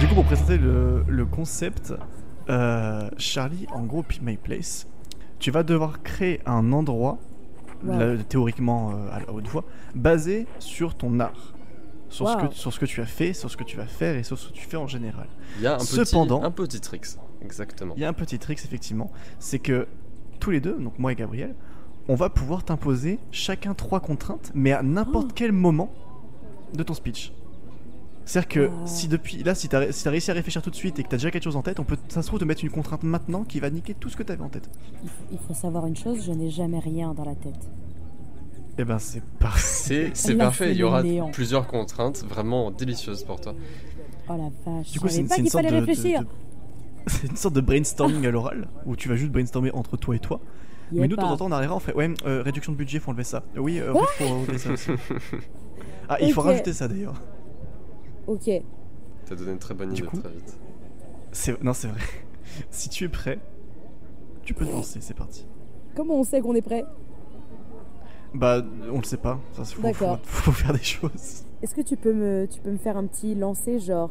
S4: du coup, pour présenter le, le concept, euh, Charlie, en gros, Pick My Place, tu vas devoir créer un endroit,
S5: Ouais.
S4: là, théoriquement euh, à la haute voix, basé sur ton art. Sur, ce
S5: Wow.
S4: que, sur ce que tu as fait, sur ce que tu vas faire et sur ce que tu fais en général.
S2: Il y a un
S4: Cependant-
S2: petit, un petit tricks, exactement.
S4: Il y a un petit trick, effectivement, c'est que tous les deux, donc moi et Gabriel, on va pouvoir t'imposer chacun trois contraintes, mais à
S5: Oh.
S4: n'importe quel moment de ton speech. C'est-à-dire que
S5: Oh.
S4: si depuis là, si t'as si t'as réussi à réfléchir tout de suite et que t'as déjà quelque chose en tête, on peut, ça se trouve, te mettre une contrainte maintenant qui va niquer tout ce que t'avais en tête.
S5: Il faut- Il faut savoir une chose, je n'ai jamais rien dans la tête.
S4: Eh ben, c'est
S2: C'est
S4: parfait.
S2: c'est
S5: Là,
S2: parfait,
S5: c'est
S2: il y
S5: le
S2: aura
S5: néant.
S2: plusieurs contraintes vraiment délicieuses pour toi.
S5: Oh la vache,
S4: Du
S5: je
S4: coup, c'est
S5: savais
S4: une,
S5: pas
S4: c'est une
S5: qu'il
S4: sorte
S5: fallait
S4: de, de-
S5: réfléchir.
S4: de- c'est une sorte de brainstorming à l'oral où tu vas juste brainstormer entre toi et toi.
S5: Il y
S4: Mais
S5: a
S4: nous, de temps
S5: pas.
S4: en temps, on arrivera, on fait ouais, euh, réduction de budget, faut enlever ça. Euh, Oui, euh, oui, faut enlever ça aussi. Ah, il faut
S5: Ok.
S4: rajouter ça d'ailleurs.
S5: Ok,
S2: T'as donné une très bonne
S4: Du
S2: idée
S4: coup-
S2: très vite.
S4: C'est- Non, c'est vrai. si tu es prêt, tu peux te lancer, c'est parti.
S5: comment on sait qu'on est prêt
S4: Bah, on le sait pas. Ça, c'est- faut, faut,
S5: D'accord.
S4: faut faire des choses.
S5: Est-ce que tu peux me, tu peux me faire un petit lancer genre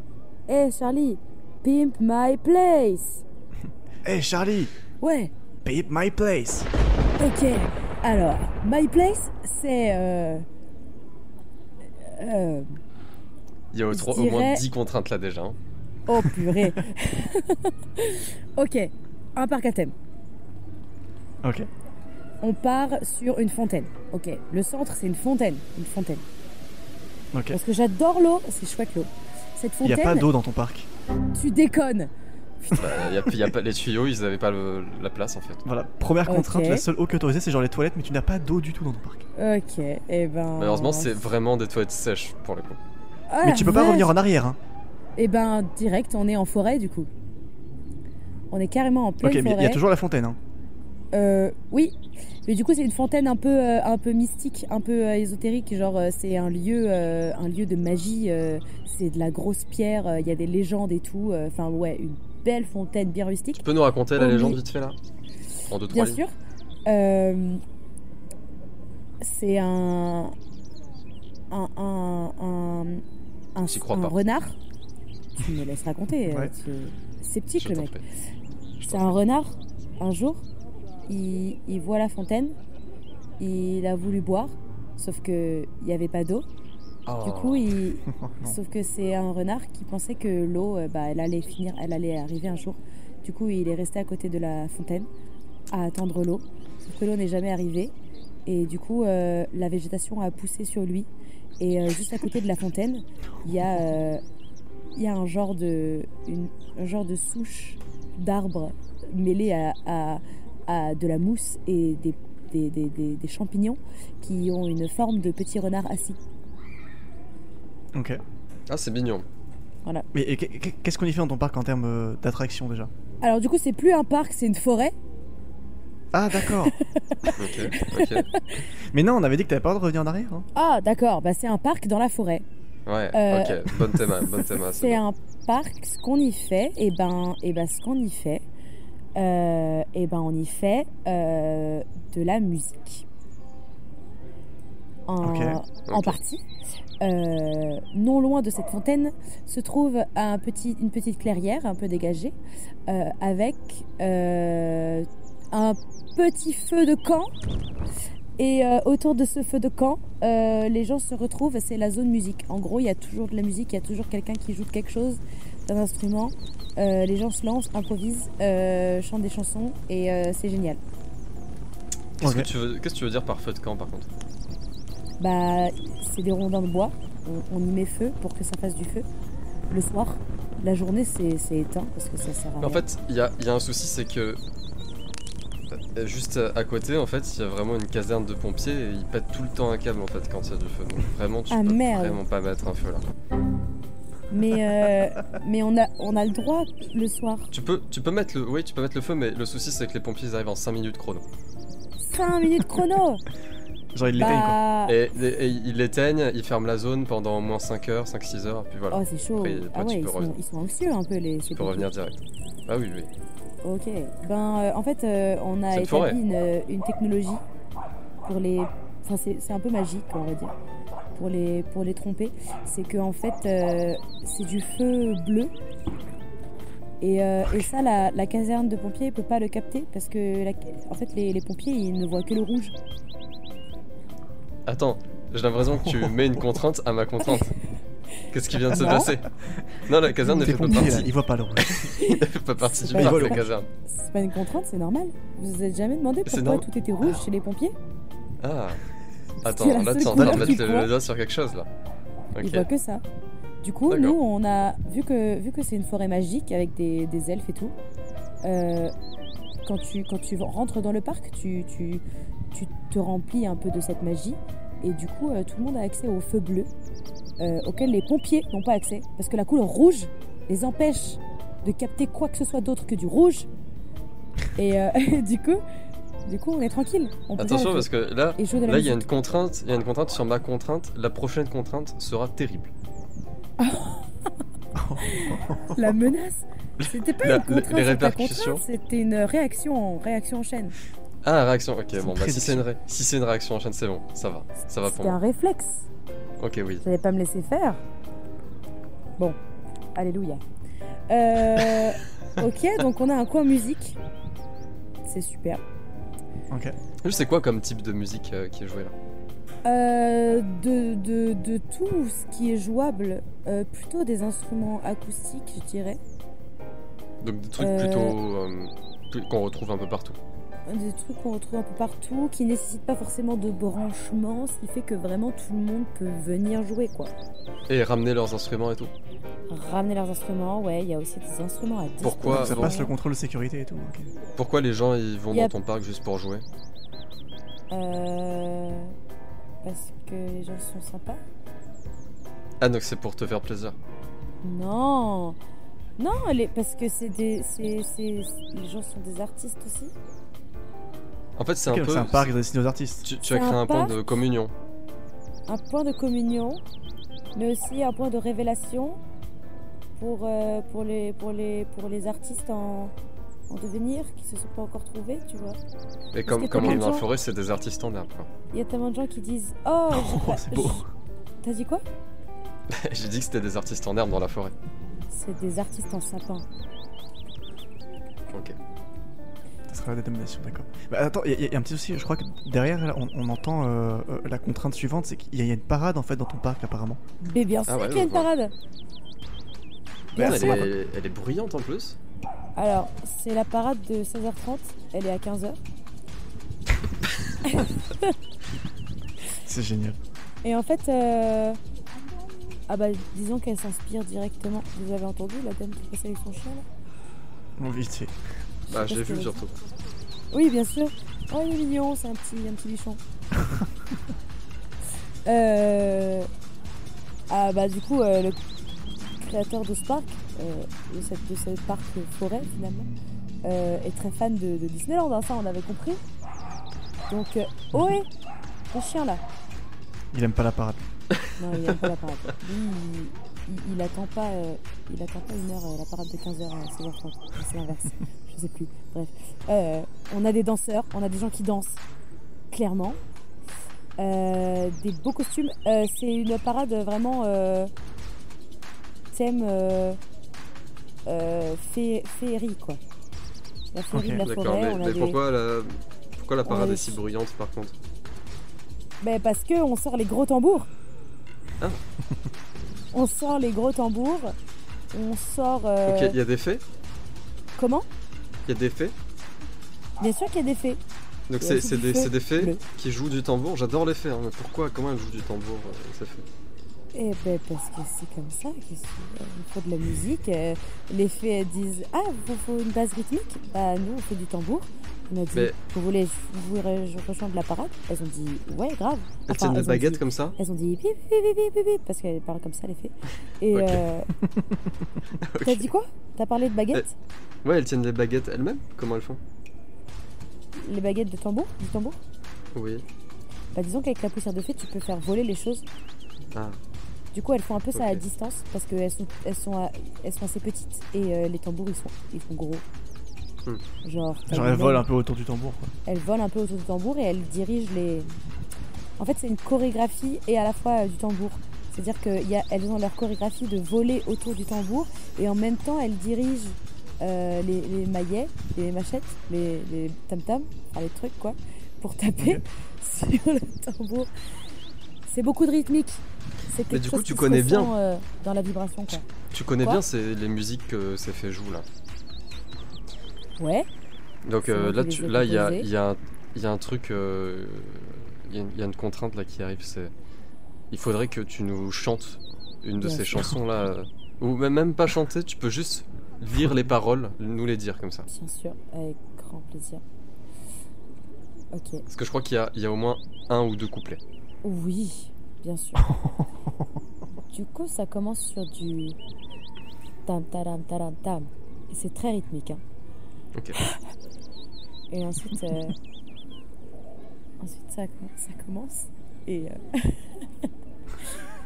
S5: Hé Charlie, pimp my place
S4: Hey Charlie,
S5: Ouais,
S4: pay my place.
S5: ok. Alors, my place, c'est. Euh, euh,
S2: Il y a au,
S5: Je
S2: trois- au moins
S5: dirais-
S2: 10 contraintes là déjà. hein.
S5: oh purée Ok, un parc à thème.
S4: Ok.
S5: On part sur une fontaine. Ok, le centre, c'est une fontaine. Une fontaine.
S4: Ok.
S5: Parce que j'adore l'eau, c'est chouette l'eau. Cette
S4: Il y a
S5: fontaine,
S4: pas d'eau dans ton parc.
S5: tu déconnes
S2: Bah, il y a- il y a pas, les tuyaux, ils n'avaient pas le- la place en fait.
S4: Voilà, première
S5: Ok.
S4: contrainte, la seule eau qui est autorisée, c'est genre les toilettes, mais tu n'as pas d'eau du tout dans ton parc.
S5: Ok, et ben.
S2: Malheureusement, c'est vraiment des toilettes sèches pour le coup.
S5: Ah,
S4: mais
S5: la
S4: tu peux pas
S5: vache.
S4: revenir en arrière, hein.
S5: Eh ben, direct, on est en forêt du coup. On est carrément en pleine
S4: Ok, mais il y
S5: forêt.
S4: a toujours la fontaine, hein.
S5: Euh, oui, mais du coup, c'est une fontaine un peu, euh, un peu mystique, un peu euh, ésotérique. Genre, euh, c'est un lieu, euh, un lieu de magie. euh, c'est de la grosse pierre. euh, Il y a des légendes et tout. euh, Enfin, ouais, une belle fontaine bien rustique.
S2: Tu peux nous raconter la
S5: Oh,
S2: légende
S5: mais-
S2: vite fait là En deux, trois
S5: Bien
S2: lignes.
S5: sûr. Euh, c'est un un, un, un, un-
S2: J'y crois
S5: un
S2: pas.
S5: renard. Tu me laisses raconter.
S4: Ouais.
S5: tu- Sceptique
S2: Je
S5: le
S2: t'en
S5: mec.
S2: prie. Je
S5: C'est
S2: t'en
S5: un renard. Un jour, il, il voit la fontaine. Il a voulu boire, sauf que il n'y avait pas d'eau.
S2: prie.
S5: Du
S2: Oh.
S5: coup, il,
S4: Non.
S5: Sauf que c'est un renard qui pensait que l'eau, euh, bah, elle allait finir, elle allait arriver un jour. Du coup, il est resté à côté de la fontaine à attendre l'eau. Sauf que l'eau n'est jamais arrivée. Et du coup, euh, la végétation a poussé sur lui. Et euh, juste à côté de la fontaine, il y a, euh, il y a un genre de, une, un genre de souche d'arbres mêlée à, à- à de la mousse et des, des- des- des- des champignons qui ont une forme de petit renard assis.
S4: Ok.
S2: Ah, c'est mignon.
S4: Mais et qu'est- qu'est- qu'est-ce qu'on y fait dans ton parc en termes euh, d'attraction déjà
S5: Alors du coup, c'est plus un parc, c'est une forêt.
S4: Ah, d'accord.
S2: Ok, ok.
S4: mais non, on avait dit que t'avais pas le droit de revenir en arrière, hein.
S5: Ah, d'accord, bah, c'est un parc dans la forêt.
S2: Ouais,
S5: Euh,
S2: ok. Bonne thème, bonne thème.
S5: C'est un parc, ce qu'on y fait, et ben, et ben ce qu'on y fait, euh, et ben on y fait euh, de la musique. En,
S4: Ok,
S5: en
S2: ok.
S5: partie. Euh, non loin de cette fontaine se trouve un petit, une petite clairière un peu dégagée euh, avec euh, un petit feu de camp. Et euh, autour de ce feu de camp, euh, les gens se retrouvent. C'est la zone musique. En gros, il y a toujours de la musique, il y a toujours quelqu'un qui joue de quelque chose, d'un instrument. Euh, les gens se lancent, improvisent, euh, chantent des chansons et euh, c'est génial.
S2: Qu'est-ce que
S4: Ok.
S2: tu veux- qu'est-ce que tu veux dire par feu de camp par contre
S5: Bah, c'est des rondins de bois. On, on y met feu pour que ça fasse du feu. Le soir, la journée, c'est c'est éteint parce que ça sert à
S2: Mais
S5: rien.
S2: En fait, il y a, il y a un souci, c'est que euh, juste à à côté, en fait, il y a vraiment une caserne de pompiers et ils pètent tout le temps un câble en fait quand il y a du feu. Donc vraiment, tu
S5: Ah,
S2: peux
S5: merde.
S2: vraiment pas mettre un feu là.
S5: Mais, euh, mais on, a, on a le droit le soir.
S2: Tu peux, tu peux mettre le, oui, tu peux mettre le feu, mais le souci c'est que les pompiers ils arrivent en 5 minutes chrono.
S5: 5 minutes chrono
S4: Genre, il l'éteignent quoi.
S5: Bah...
S2: Et, et- et ils l'éteignent, ils ferment la zone pendant au moins 5 heures, 5-6 heures, puis voilà.
S5: Oh, c'est chaud.
S2: Après, après,
S5: ah
S2: tu
S5: ouais,
S2: peux
S5: ils sont,
S2: revenir.
S5: ils sont anxieux un peu, les
S2: tu peux revenir direct. Ah oui, oui.
S5: Ok. Ben, euh, en fait, euh, on a
S2: C'est une
S5: établi euh,
S2: forêt.
S5: une, une technologie pour les. Enfin, c'est c'est un peu magique, on va dire. pour les, pour les tromper, c'est que en fait, euh, c'est du feu bleu. Et, euh, et ça, la, la caserne de pompiers ne peut pas le capter parce que la- en fait, les, les pompiers, ils ne voient que le rouge.
S2: Attends, j'ai l'impression que tu mets une contrainte à ma contrainte. Qu'est-ce qui vient de se
S5: Ah Non.
S2: passer Non, la caserne ne
S4: T'es
S2: fait pas
S4: pompier là, il
S2: partie.
S4: voit pas le rouge.
S2: Elle fait pas partie du
S5: Mais
S2: parc,
S4: voilà.
S2: la caserne.
S5: C'est pas une contrainte, c'est normal. Vous vous êtes jamais demandé
S2: C'est
S5: pourquoi
S2: normal.
S5: tout était rouge chez les pompiers
S2: Ah.
S5: la
S2: Attends,
S5: seule
S2: là, t'es en train
S5: couleur
S2: de
S5: qui
S2: mettre le-
S5: voit.
S2: le doigt sur quelque chose là.
S5: Ils
S2: Ok.
S5: voient que ça. Du coup,
S2: D'accord.
S5: nous, on a vu que vu que c'est une forêt magique avec des, des elfes et tout. euh, quand tu quand tu rentres dans le parc, tu, tu tu te remplis un peu de cette magie et du coup, euh, tout le monde a accès au feu bleu euh, auquel les pompiers n'ont pas accès parce que la couleur rouge les empêche de capter quoi que ce soit d'autre que du rouge. Et euh, du coup, du coup, on est tranquille. On peut faire
S2: Attention
S5: la
S2: parce que là,
S5: fête et jouer de la
S2: là il y a
S5: musique.
S2: une contrainte, il y a une contrainte sur ma contrainte. La prochaine contrainte sera terrible.
S5: La menace C'était pas
S2: La-
S5: une contrainte,
S2: les
S5: c'est pas
S2: répercussions.
S5: contrainte, c'était une réaction en réaction en chaîne.
S2: Ah, réaction. Ok, bon, bah, si
S4: prédiction.
S2: c'est une, ré- si c'est une réaction en chaîne, c'est bon. Ça va, ça va pour
S5: C'était
S2: moi.
S5: un réflexe.
S2: Ok, oui.
S5: Vous allez pas me laisser faire Bon, alléluia. Euh, ok, donc on a un coin musique. C'est super.
S4: Ok.
S2: Je sais quoi comme type de musique euh, qui est jouée là
S5: Euh, de, de, de tout ce qui est jouable, euh, plutôt des instruments acoustiques, je dirais.
S2: Donc des trucs
S5: Euh.
S2: plutôt euh, plus- qu'on retrouve un peu partout.
S5: des trucs qu'on retrouve un peu partout, qui nécessitent pas forcément de branchement, ce qui fait que vraiment tout le monde peut venir jouer, quoi.
S2: Et ramener leurs instruments et tout.
S5: Ramener leurs instruments, ouais, il y a aussi des instruments à disposition.
S2: Pourquoi
S4: ça passe le contrôle de sécurité et tout. ok.
S2: Pourquoi les gens ils vont
S5: Y a-
S2: dans ton parc juste pour jouer
S5: Euh, Parce que les gens sont sympas
S2: Ah donc c'est pour te faire plaisir.
S5: Non Non, les- parce que c'est des... c'est- c'est- les gens sont des artistes aussi.
S2: En fait c'est
S4: Ok,
S2: un
S4: donc
S2: peu.
S4: C'est un parc destiné aux artistes.
S2: Tu, tu as
S5: C'est
S2: créé
S5: un
S2: un point
S5: parc.
S2: de communion.
S5: Un point de communion, mais aussi un point de révélation pour, euh, pour, les, pour, les, pour les artistes en, en devenir qui se sont pas encore trouvés, tu vois.
S2: Et
S5: que
S2: comme,
S5: t'as
S2: comme on
S5: plein
S2: est
S5: de
S2: dans la
S5: gens-
S2: forêt, c'est des artistes en herbe. quoi.
S5: Il y a tellement de gens qui disent Oh, j'ai
S4: Oh,
S5: pas-
S4: c'est beau.
S5: j'- T'as dit quoi
S2: J'ai dit que c'était des artistes en herbe dans la forêt.
S5: C'est des artistes en sapin.
S2: Ok.
S4: Ça sera la détermination, d'accord. Bah, attends, il y, a- il y a un petit souci. Je crois que derrière, là, on, on entend euh, euh, la contrainte suivante c'est qu'il y, a- il y a une parade en fait dans ton parc apparemment.
S5: Mais Eh bien sûr
S2: Ah ouais,
S5: qu'il y a
S2: je
S5: une
S2: vois.
S5: parade
S4: Bah,
S2: Non, elle,
S4: c'est pas-
S2: est, elle est bruyante en plus.
S5: Alors, c'est la parade de 16h30, elle est à 15h.
S4: C'est génial.
S5: Et en fait, euh, ah bah disons qu'elle s'inspire directement. Vous avez entendu la dame qui passait avec son chien là
S4: On vite fait.
S2: Bah j'ai
S5: Parce
S2: vu
S5: que-
S2: surtout.
S5: Oui, bien sûr. Oh, il est mignon, c'est un petit, un petit bichon. Euh, Ah, bah, du coup, euh, le créateur de ce parc, euh, de, cette, de ce parc forêt, finalement, euh, est très fan de, de Disneyland, hein, ça, on avait compris. Donc, euh, ohé, le chien là.
S4: Il aime pas la parade.
S5: Non, il n'aime pas la parade. Lui, il, il- il attend pas, euh, il attend pas une heure, euh, la parade de 15h à 16h30. C'est l'inverse. Je sais plus. Bref. Euh, on a des danseurs, on a des gens qui dansent, clairement. Euh, des beaux costumes. Euh, c'est une parade vraiment euh, thème euh, euh, fée- féerie, quoi. La féerie
S4: Ok,
S5: de la
S2: D'accord,
S5: forêt.
S2: mais,
S5: on a
S2: mais
S5: des-
S2: pourquoi la, pourquoi la
S5: on a
S2: parade
S5: des
S2: est si
S5: chi-
S2: bruyante par contre
S5: Ben parce que on sort les gros tambours.
S2: Ah.
S5: on sort les gros tambours. On sort. euh,
S2: Ok, il y a des faits
S5: Comment
S2: Il y a des faits
S5: Bien sûr qu'il y a des fées.
S2: Donc
S5: Il y a
S2: c'est
S5: aussi
S2: c'est
S5: du
S2: des,
S5: feu
S2: c'est des fées
S5: bleu.
S2: qui jouent du tambour. J'adore les fées. hein, mais pourquoi Comment elles jouent du tambour euh, ces fées
S5: Eh ben parce que c'est comme ça. qu'est-ce que- Il faut de la musique. euh, les fées elles disent ah vous faut une base rythmique. Bah nous on fait du tambour. On a dit
S2: Mais-
S5: vous voulez vous voulez re- rejoindre la parade Elles ont dit ouais grave.
S2: Elles
S5: Enfin,
S2: tiennent des
S5: Ah, elles ont
S2: baguettes
S5: dit-
S2: comme ça
S5: Elles ont dit bip bip bip bip bip, bip parce qu'elles parlent comme ça les fées. Et
S2: Ok.
S5: euh, t'as dit quoi T'as parlé de
S2: Euh,
S5: baguettes
S2: Ouais, elles tiennent des baguettes elles-mêmes Comment elles font
S5: Les baguettes de tambour Du tambour
S2: Oui.
S5: Bah, disons qu'avec la poussière de fée, tu peux faire voler les choses.
S2: Ah.
S5: Du coup, elles font un peu ça à
S2: Ok.
S5: distance parce qu'elles sont, elles sont, à- elles sont assez petites et euh, les tambours ils sont, ils sont gros.
S2: Hmm.
S5: Genre,
S4: Genre, elle vole un peu autour du tambour. Quoi.
S5: elles volent un peu autour du tambour et elles dirigent les, En fait, c'est une chorégraphie et à la fois euh, du tambour. C'est-à-dire qu'elles ont leur chorégraphie de voler autour du tambour et en même temps, elles dirigent euh, les, les maillets, les machettes, les, les tam-tams, enfin les trucs quoi, pour taper sur le tambour. C'est beaucoup de rythmique. C'est quelque
S2: du coup,
S5: chose
S2: tu
S5: qui se
S2: connais bien.
S5: ressent, euh, dans la vibration quoi.
S2: Tu connais
S5: Quoi
S2: bien ces- les musiques que c'est fait jouer là.
S5: Ouais.
S2: Donc
S5: C'est
S2: euh,
S5: moi qui
S2: là,
S5: les
S2: tu-
S5: ai
S2: là, il y a,
S5: composées.
S2: il y a un- il y a un truc, euh, il y a une- il y, a une contrainte là qui arrive. C'est, il faudrait que tu nous chantes une de
S5: Bien
S2: ces
S5: sûr.
S2: chansons là, ou même, même pas chanter. Tu peux juste lire les paroles, nous les dire comme ça.
S5: Bien sûr, avec grand plaisir. Ok,
S2: Parce que je crois qu'il y a, il y a au moins un ou deux couplets.
S5: oui, bien sûr. du coup, ça commence sur du tam tam tam tam. Et c'est très rythmique. Hein.
S2: Ok.
S5: Et ensuite, euh, ensuite ça, com- ça commence. Et euh,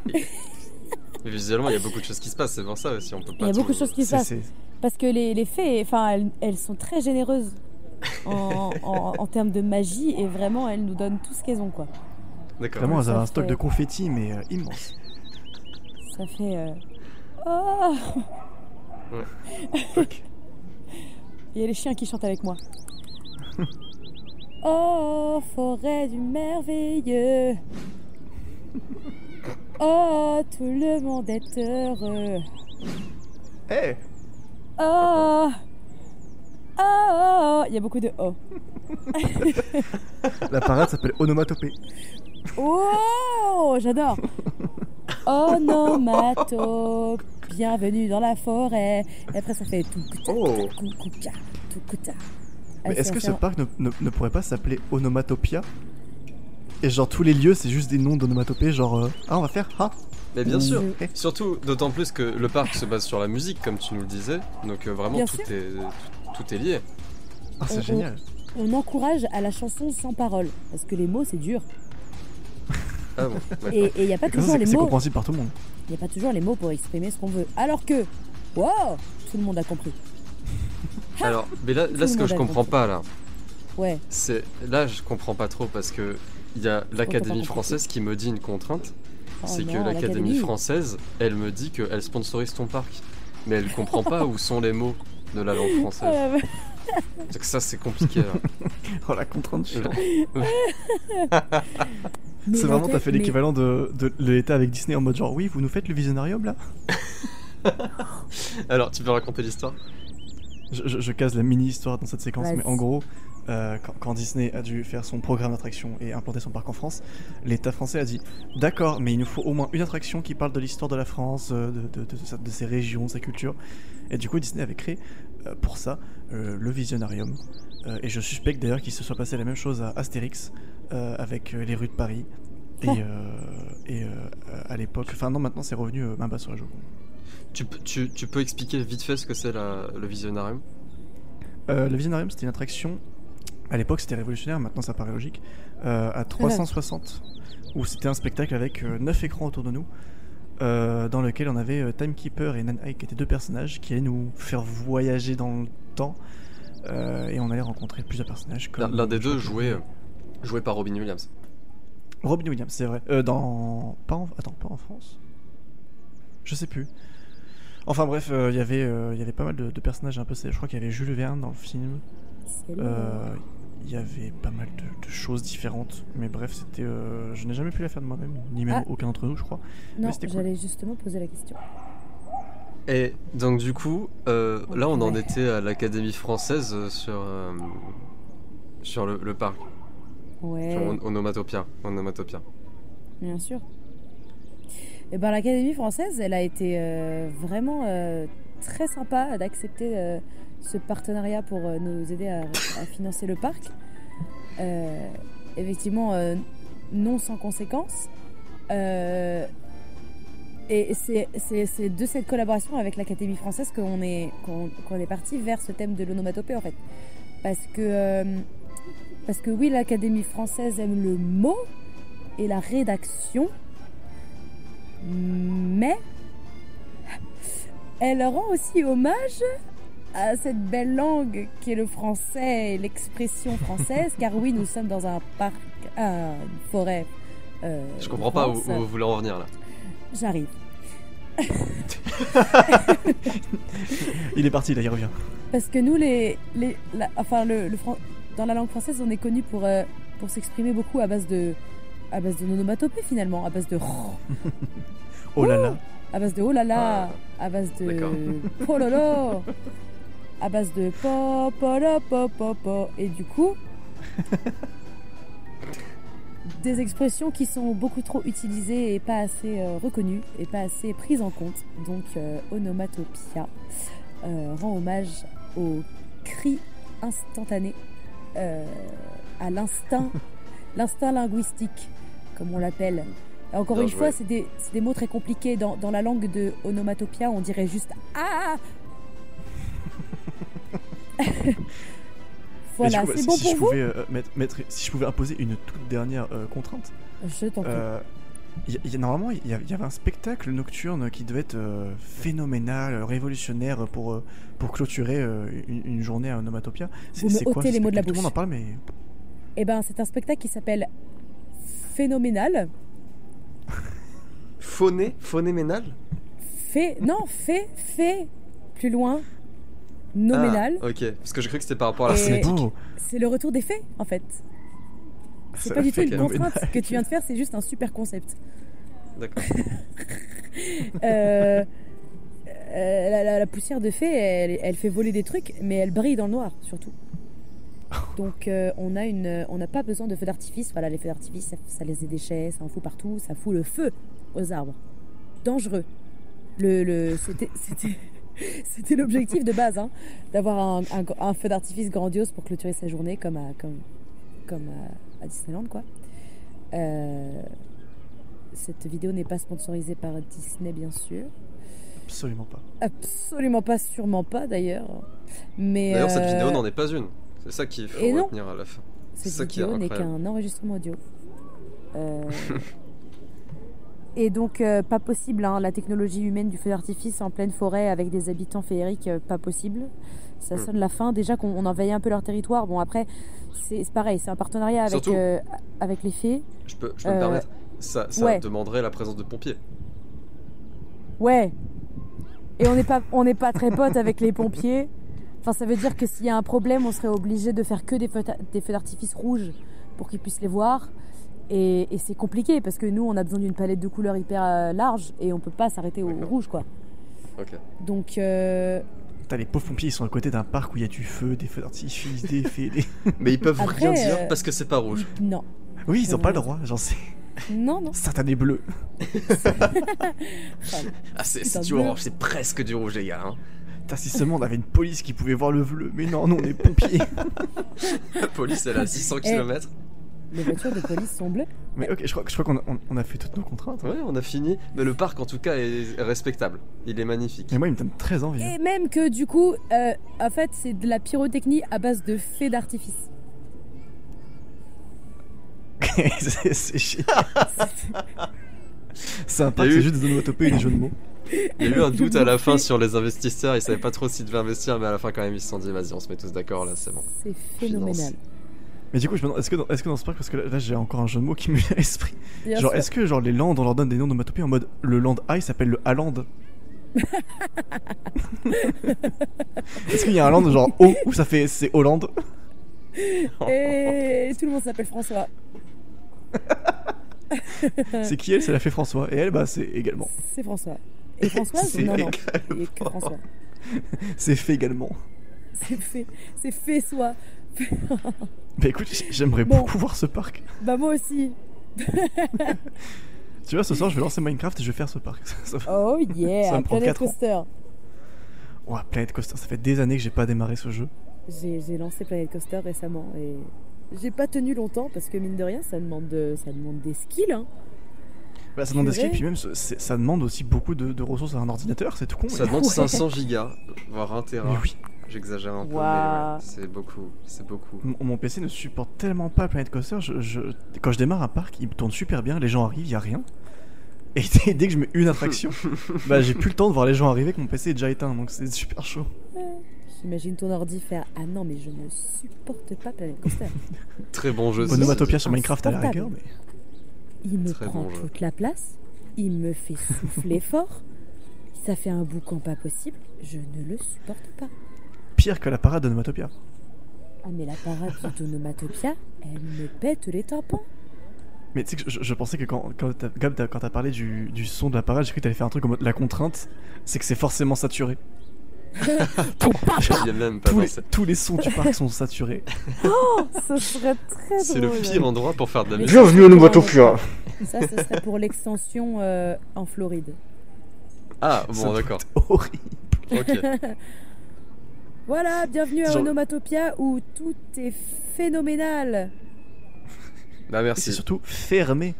S2: Mais visuellement, il y a beaucoup de choses qui se passent. C'est pour ça aussi, on peut pas.
S5: il y a
S2: tout-
S5: beaucoup de choses qui se
S4: C'est-
S5: passent.
S4: c'est-
S5: Parce que les, les fées, enfin, elles, elles sont très généreuses en, en- en termes de magie et vraiment, elles nous donnent tout ce qu'elles ont, quoi.
S2: D'accord.
S4: Vraiment, elles
S5: ça
S4: avaient un
S5: fait-
S4: stock de confetti, mais euh, immense.
S5: Ça fait. euh,
S2: Ah.
S5: Oh
S2: Ok.
S5: Il y a les chiens qui chantent avec moi. oh, forêt du merveilleux. Oh, tout le monde est heureux.
S4: Eh
S5: Oh, oh, oh. Il y a beaucoup de oh.
S4: La parade s'appelle Onomatopée.
S5: Oh, j'adore. Onomato, bienvenue dans la forêt. Et après, ça fait tout
S2: Oh.
S5: tout
S4: Mais est-ce que ce parc ne, ne- ne pourrait pas s'appeler Onomatopia Et genre tous les lieux, c'est juste des noms d'onomatopées, genre euh, ah on va faire ah.
S2: Mais bien
S4: ou-
S2: sûr.
S4: eh.
S2: Surtout, d'autant plus que le parc se base sur la musique, comme tu nous le disais. Donc euh, vraiment,
S5: Bien
S2: tout
S5: sûr.
S2: est, tout, tout est lié.
S4: Ah c'est
S5: On- on-
S4: génial.
S5: On encourage à la chanson sans parole, parce que les mots c'est dur.
S2: Ah bon. d'accord.
S5: Et il n'y a pas
S4: Comme ça,
S5: toujours
S4: c'est
S5: les
S4: c'est
S5: mots.
S4: compréhensible par tout le monde.
S5: Il n'y a pas toujours les mots pour exprimer ce qu'on veut. Alors que, wow, tout le monde a compris.
S2: Alors, mais là, là
S5: le
S2: ce que
S5: monde
S2: je
S5: a
S2: comprends
S5: compris.
S2: pas là,
S5: Ouais,
S2: c'est là je comprends pas trop parce que il y a l'Académie
S5: compris.
S2: française qui me dit une contrainte,
S5: Oh
S2: c'est que
S5: non,
S2: l'Académie française, elle me dit qu'elle sponsorise ton parc, mais elle comprend pas où sont les mots de la langue
S5: Oh
S2: française.
S5: la vache.
S2: Donc ça c'est compliqué. Là.
S4: Oh la contrainte. je-
S5: Mais
S4: C'est vraiment
S5: l'enquête-
S4: t'as fait
S5: mais-
S4: l'équivalent de, de l'État avec Disney en mode genre oui vous nous faites le visionarium là.
S2: Alors tu peux raconter l'histoire
S4: Je, je- je case la mini histoire dans cette séquence,
S5: Vas-y.
S4: mais en gros, euh, quand, quand Disney a dû faire son programme d'attraction et implanter son parc en France, l'État français a dit D'accord, mais il nous faut au moins une attraction qui parle de l'histoire de la France, euh, de, de- de sa- de ses régions, de sa culture. Et du coup, Disney avait créé euh, pour ça euh, le Visionarium. Euh, et je suspecte d'ailleurs qu'il se soit passé la même chose à Astérix euh, avec euh, les rues de Paris. Et,
S5: Ah.
S4: euh, et, euh, à l'époque, enfin non, maintenant c'est revenu euh, main basse sur la joue.
S2: tu, peux- tu, tu peux expliquer vite fait ce que c'est la- le visionarium
S4: Euh, le Visionarium, c'était une attraction. À l'époque, c'était révolutionnaire, maintenant ça paraît logique. euh, à 360, où c'était un spectacle avec 9 écrans autour de nous, euh, dans lequel on avait euh, Timekeeper et Nanai, qui étaient deux personnages qui allaient nous faire voyager dans le temps. euh, et on allait rencontrer plusieurs personnages
S2: L'un
S4: comme.
S2: l'un des deux joué, euh, joué par Robin Williams.
S4: Robin Williams, c'est vrai. Euh, dans. Pas en... Attends, pas en France Je sais plus. Enfin bref, euh, il y avait, euh, il y avait pas mal de, de personnages un peu. Je crois qu'il y avait Jules Verne dans le film.
S5: C'est le-
S4: Euh, Il y avait pas mal de, de choses différentes, mais bref, c'était. euh, je n'ai jamais pu la faire de moi-même, ni même
S5: Ah.
S4: aucun d'entre nous, je crois.
S5: non,
S4: c'était cool.
S5: j'allais justement poser la question.
S2: Et donc du coup, euh, là on en
S5: Ouais.
S2: était à l'Académie française euh, sur, euh, sur le, le parc,
S5: Ouais,
S2: sur on- Onomatopia. Onomatopia.
S5: bien sûr. Et ben l'Académie française, elle a été euh, vraiment euh, très sympa d'accepter euh, ce partenariat pour euh, nous aider à, à financer le parc. Euh, effectivement, euh, non sans conséquences. Euh, et c'est- c'est c'est de cette collaboration avec l'Académie française qu'on est, qu'on qu'on est parti vers ce thème de l'onomatopée en fait. Parce que, euh, parce que oui, l'Académie française aime le mot et la rédaction, mais elle rend aussi hommage à cette belle langue qui est le français et l'expression française, car oui, nous sommes dans un parc, ah, une forêt euh,
S2: Je comprends pas où,
S5: France.
S2: où vous voulez en venir là.
S5: J'arrive.
S4: Il est parti, là, il revient.
S5: Parce que nous, les, les, la- enfin, le, le fran- dans la langue française, on est connu pour, euh, pour s'exprimer beaucoup à base de à base de nonomatopée finalement, à base de
S4: Oh là là.
S5: à base de oh là là,
S2: Ouais.
S5: à base
S2: D'accord.
S5: de pololo, à base de po polo po po po et du coup des expressions qui sont beaucoup trop utilisées et pas assez euh, reconnues et pas assez prises en compte. Donc euh, onomatopia euh, rend hommage au cri instantané, euh, à l'instinct, l'instinct linguistique comme on l'appelle. Et Encore
S2: Bien
S5: une
S2: joué.
S5: fois, c'est des, c'est des mots très compliqués. Dans, dans la langue de onomatopia, on dirait juste ah.
S4: Et
S5: voilà,
S4: du coup, bah,
S5: c'est
S4: si,
S5: bon
S4: si
S5: pour
S4: je
S5: vous.
S4: pouvais, euh, mettre- mettre- si je pouvais imposer une toute dernière euh, contrainte,
S5: Je t'en prie.
S4: euh, il y a- il y a- normalement, il y, a- il y avait un spectacle nocturne qui devait être euh, phénoménal, euh, révolutionnaire pour, euh, pour clôturer euh, une, une journée à Onomatopia. C'est
S5: Vous me
S4: c'est quoi
S5: ôtez
S4: ce
S5: les mots de la
S4: spectacle Tout le monde en
S5: bouche.
S4: parle, mais
S5: Eh ben, c'est un spectacle qui s'appelle Phénoménal.
S2: Phoné Phonéménal
S5: Fait, non, fait, fait, plus
S4: Ah.
S5: loin, noménal.
S2: Ah, Ok, parce que je cru que c'était par rapport à la
S5: Et-
S2: phonétique.
S4: beau.
S5: C'est le retour des faits, en fait. C'est
S4: Ça
S5: pas du tout
S4: fait
S5: une
S4: phénoménal.
S5: contrainte que tu viens de faire, c'est juste un super concept.
S2: D'accord.
S5: Euh, euh, la, la- la poussière de fée, elle, elle fait voler des trucs, mais elle brille dans le noir surtout. Donc euh, on a une, on n'a pas besoin de feux d'artifice. Voilà, les feux d'artifice, ça, ça laisse des déchets, ça en fout partout, ça fout le feu aux arbres. Dangereux. Le, le- c'était, c'était, c'était l'objectif de base, hein, d'avoir un, un- un feu d'artifice grandiose pour clôturer sa journée comme à, comme, comme à, à Disneyland quoi. Euh, cette vidéo n'est pas sponsorisée par Disney, bien sûr.
S4: Absolument pas.
S5: Absolument pas, sûrement pas d'ailleurs. Mais
S2: D'ailleurs, cette
S5: euh,
S2: vidéo n'en est pas une. C'est ça qu'il faut
S5: et non.
S2: retenir à la fin. c'est
S5: cette
S2: ça qui est
S5: vidéo n'est
S2: incroyable.
S5: qu'un enregistrement audio. Euh, et donc euh, pas possible, hein, la technologie humaine du feu d'artifice en pleine forêt avec des habitants féeriques, euh, pas possible. Ça
S2: Mm.
S5: sonne la fin. Déjà qu'on on envahit un peu leur territoire. Bon après, c'est c'est pareil, c'est un partenariat avec
S2: Surtout-
S5: euh, avec les fées.
S2: Je peux, je peux
S5: Euh,
S2: me permettre. Ça, ça
S5: ouais.
S2: demanderait la présence de pompiers.
S5: Ouais. Et on n'est pas, on n'est pas très potes avec les pompiers. Enfin, ça veut dire que s'il y a un problème, on serait obligé de faire que des feux, d'a- des feux d'artifice rouges pour qu'ils puissent les voir. Et, et c'est compliqué parce que nous, on a besoin d'une palette de couleurs hyper euh, large et on peut pas s'arrêter au
S2: D'accord.
S5: rouge, quoi.
S2: Ok.
S5: Donc, euh,
S4: Putain, les pauvres pompiers, ils sont à côté d'un parc où il y a du feu, des feux d'artifice, des fées, des...
S2: Mais ils peuvent
S5: Après,
S2: rien dire
S5: euh,
S2: parce que c'est pas rouge.
S5: non,
S4: Oui, ils ont pas le droit, j'en sais.
S5: non, non.
S4: Satané bleu.
S2: Ah, c'est
S5: putain
S2: c'est du
S5: de merde.
S2: orange, c'est presque du rouge, les gars. hein.
S4: Putain, si seulement on avait une police qui pouvait voir le bleu. Mais non, nous, on est pompiers.
S2: La police, elle est à 600
S5: Eh.
S2: km.
S5: Les voitures de police sont bleues.
S4: mais ok, je crois, je crois qu'on a, on- on a fait toutes nos contraintes.
S2: Ouais, on a fini. Mais le parc, en tout cas, est respectable. Il est magnifique.
S4: Mais moi, il me donne très envie.
S5: Et même que du coup, euh, en fait, c'est de la pyrotechnie à base de feux d'artifice.
S4: c'est c'est chiant. C'est un
S2: Il
S4: parc,
S2: y a eu-
S4: c'est juste des onomatopées et des jeux de mots.
S2: Il y a eu un doute à la fin sur les investisseurs. Ils savaient pas trop s'ils devaient investir, mais à la fin, quand même, ils se sont dit vas-y, on se met tous d'accord là, c'est bon.
S5: C'est phénoménal.
S4: Mais du coup, je me demande, est-ce que, dans- est-ce que dans ce parc, parce que là, là, j'ai encore un jeu de mots qui me vient à l'esprit.
S5: Bien
S4: Genre,
S5: sûr.
S4: est-ce que genre les Landes, on leur donne des noms d'onomatopées en mode le Land A, il s'appelle le Aland Est-ce qu'il y a un Land genre O où ça fait c'est Hollande
S5: Et tout le monde s'appelle François.
S4: C'est qui elle C'est la fée François. Et elle, bah, c'est également.
S5: C'est François. Et Françoise
S4: C'est
S5: Non, non.
S2: également.
S5: Il y a que François.
S4: C'est fée également.
S5: C'est fait. C'est fait soi.
S4: Bah écoute, j'aimerais
S5: Bon.
S4: beaucoup voir ce parc.
S5: Bah moi aussi.
S4: Tu vois, ce soir, je vais lancer Minecraft et je vais faire ce parc. Ça va-
S5: Oh
S4: Ça
S5: yeah.
S4: me prend
S5: Planet
S4: quatre ans.
S5: Coaster.
S4: Oh, Planet Coaster, ça fait des années que j'ai pas démarré ce jeu.
S5: J'ai j'ai lancé Planet Coaster récemment et j'ai pas tenu longtemps parce que mine de rien, ça demande, de- ça demande des skills. hein.
S4: Bah, ça demande des
S5: Purée.
S4: skills, puis même, ce- c'est- ça demande aussi beaucoup de, de ressources à un ordinateur, c'est tout con.
S2: Ça
S4: mais-
S2: demande 500 gigas, voire 1
S4: Mais
S2: téra.
S4: oui,
S2: J'exagère un peu, mais
S5: Waouh.
S2: ouais, c'est beaucoup. C'est beaucoup.
S4: mon mon PC ne supporte tellement pas Planet Coaster. Je, je- Quand je démarre un parc, il tourne super bien, les gens arrivent, il y a rien. Et dès- dès que je mets une attraction, bah j'ai plus le temps de voir les gens arriver que mon PC est déjà éteint, donc c'est super chaud.
S5: J'imagine ton ordi faire Ah non, mais je ne supporte pas Planet Coaster.
S2: Très bon jeu. ceci dit.
S4: Onomatopia sur Minecraft à la
S5: insupportable.
S4: rigueur, mais.
S5: Il me
S2: Très
S5: prend
S2: bon jeu.
S5: toute la place, il me fait souffler fort. Ça fait un boucan pas possible, je ne le supporte pas.
S4: Pire que la parade d'onomatopia.
S5: Ah mais la parade d'onomatopia, elle me pète les tympans.
S4: Mais tu sais que je, je pensais que quand, quand t'as Gab, t'as- quand t'as parlé du, du son de la parade, j'ai cru que t'allais faire un truc comme la contrainte, c'est que c'est forcément saturé.
S2: Il y a même pas
S4: tous, les,
S2: pensé.
S4: tous les sons du parc sont saturés.
S3: Ce serait très
S2: C'est le
S3: drôle.
S2: pire endroit pour faire de la
S5: Mais-
S2: musique.
S6: Bienvenue au Novatopia.
S5: Ça, ce serait pour l'extension euh, en Floride.
S2: Ah,
S4: Ça
S2: bon,
S4: doit
S2: d'accord.
S4: Horrible.
S2: Ok.
S5: Voilà, bienvenue à
S4: Genre-
S5: Onomatopia où tout est phénoménal.
S2: Bah,
S4: Et c'est
S2: merci.
S4: surtout fermé.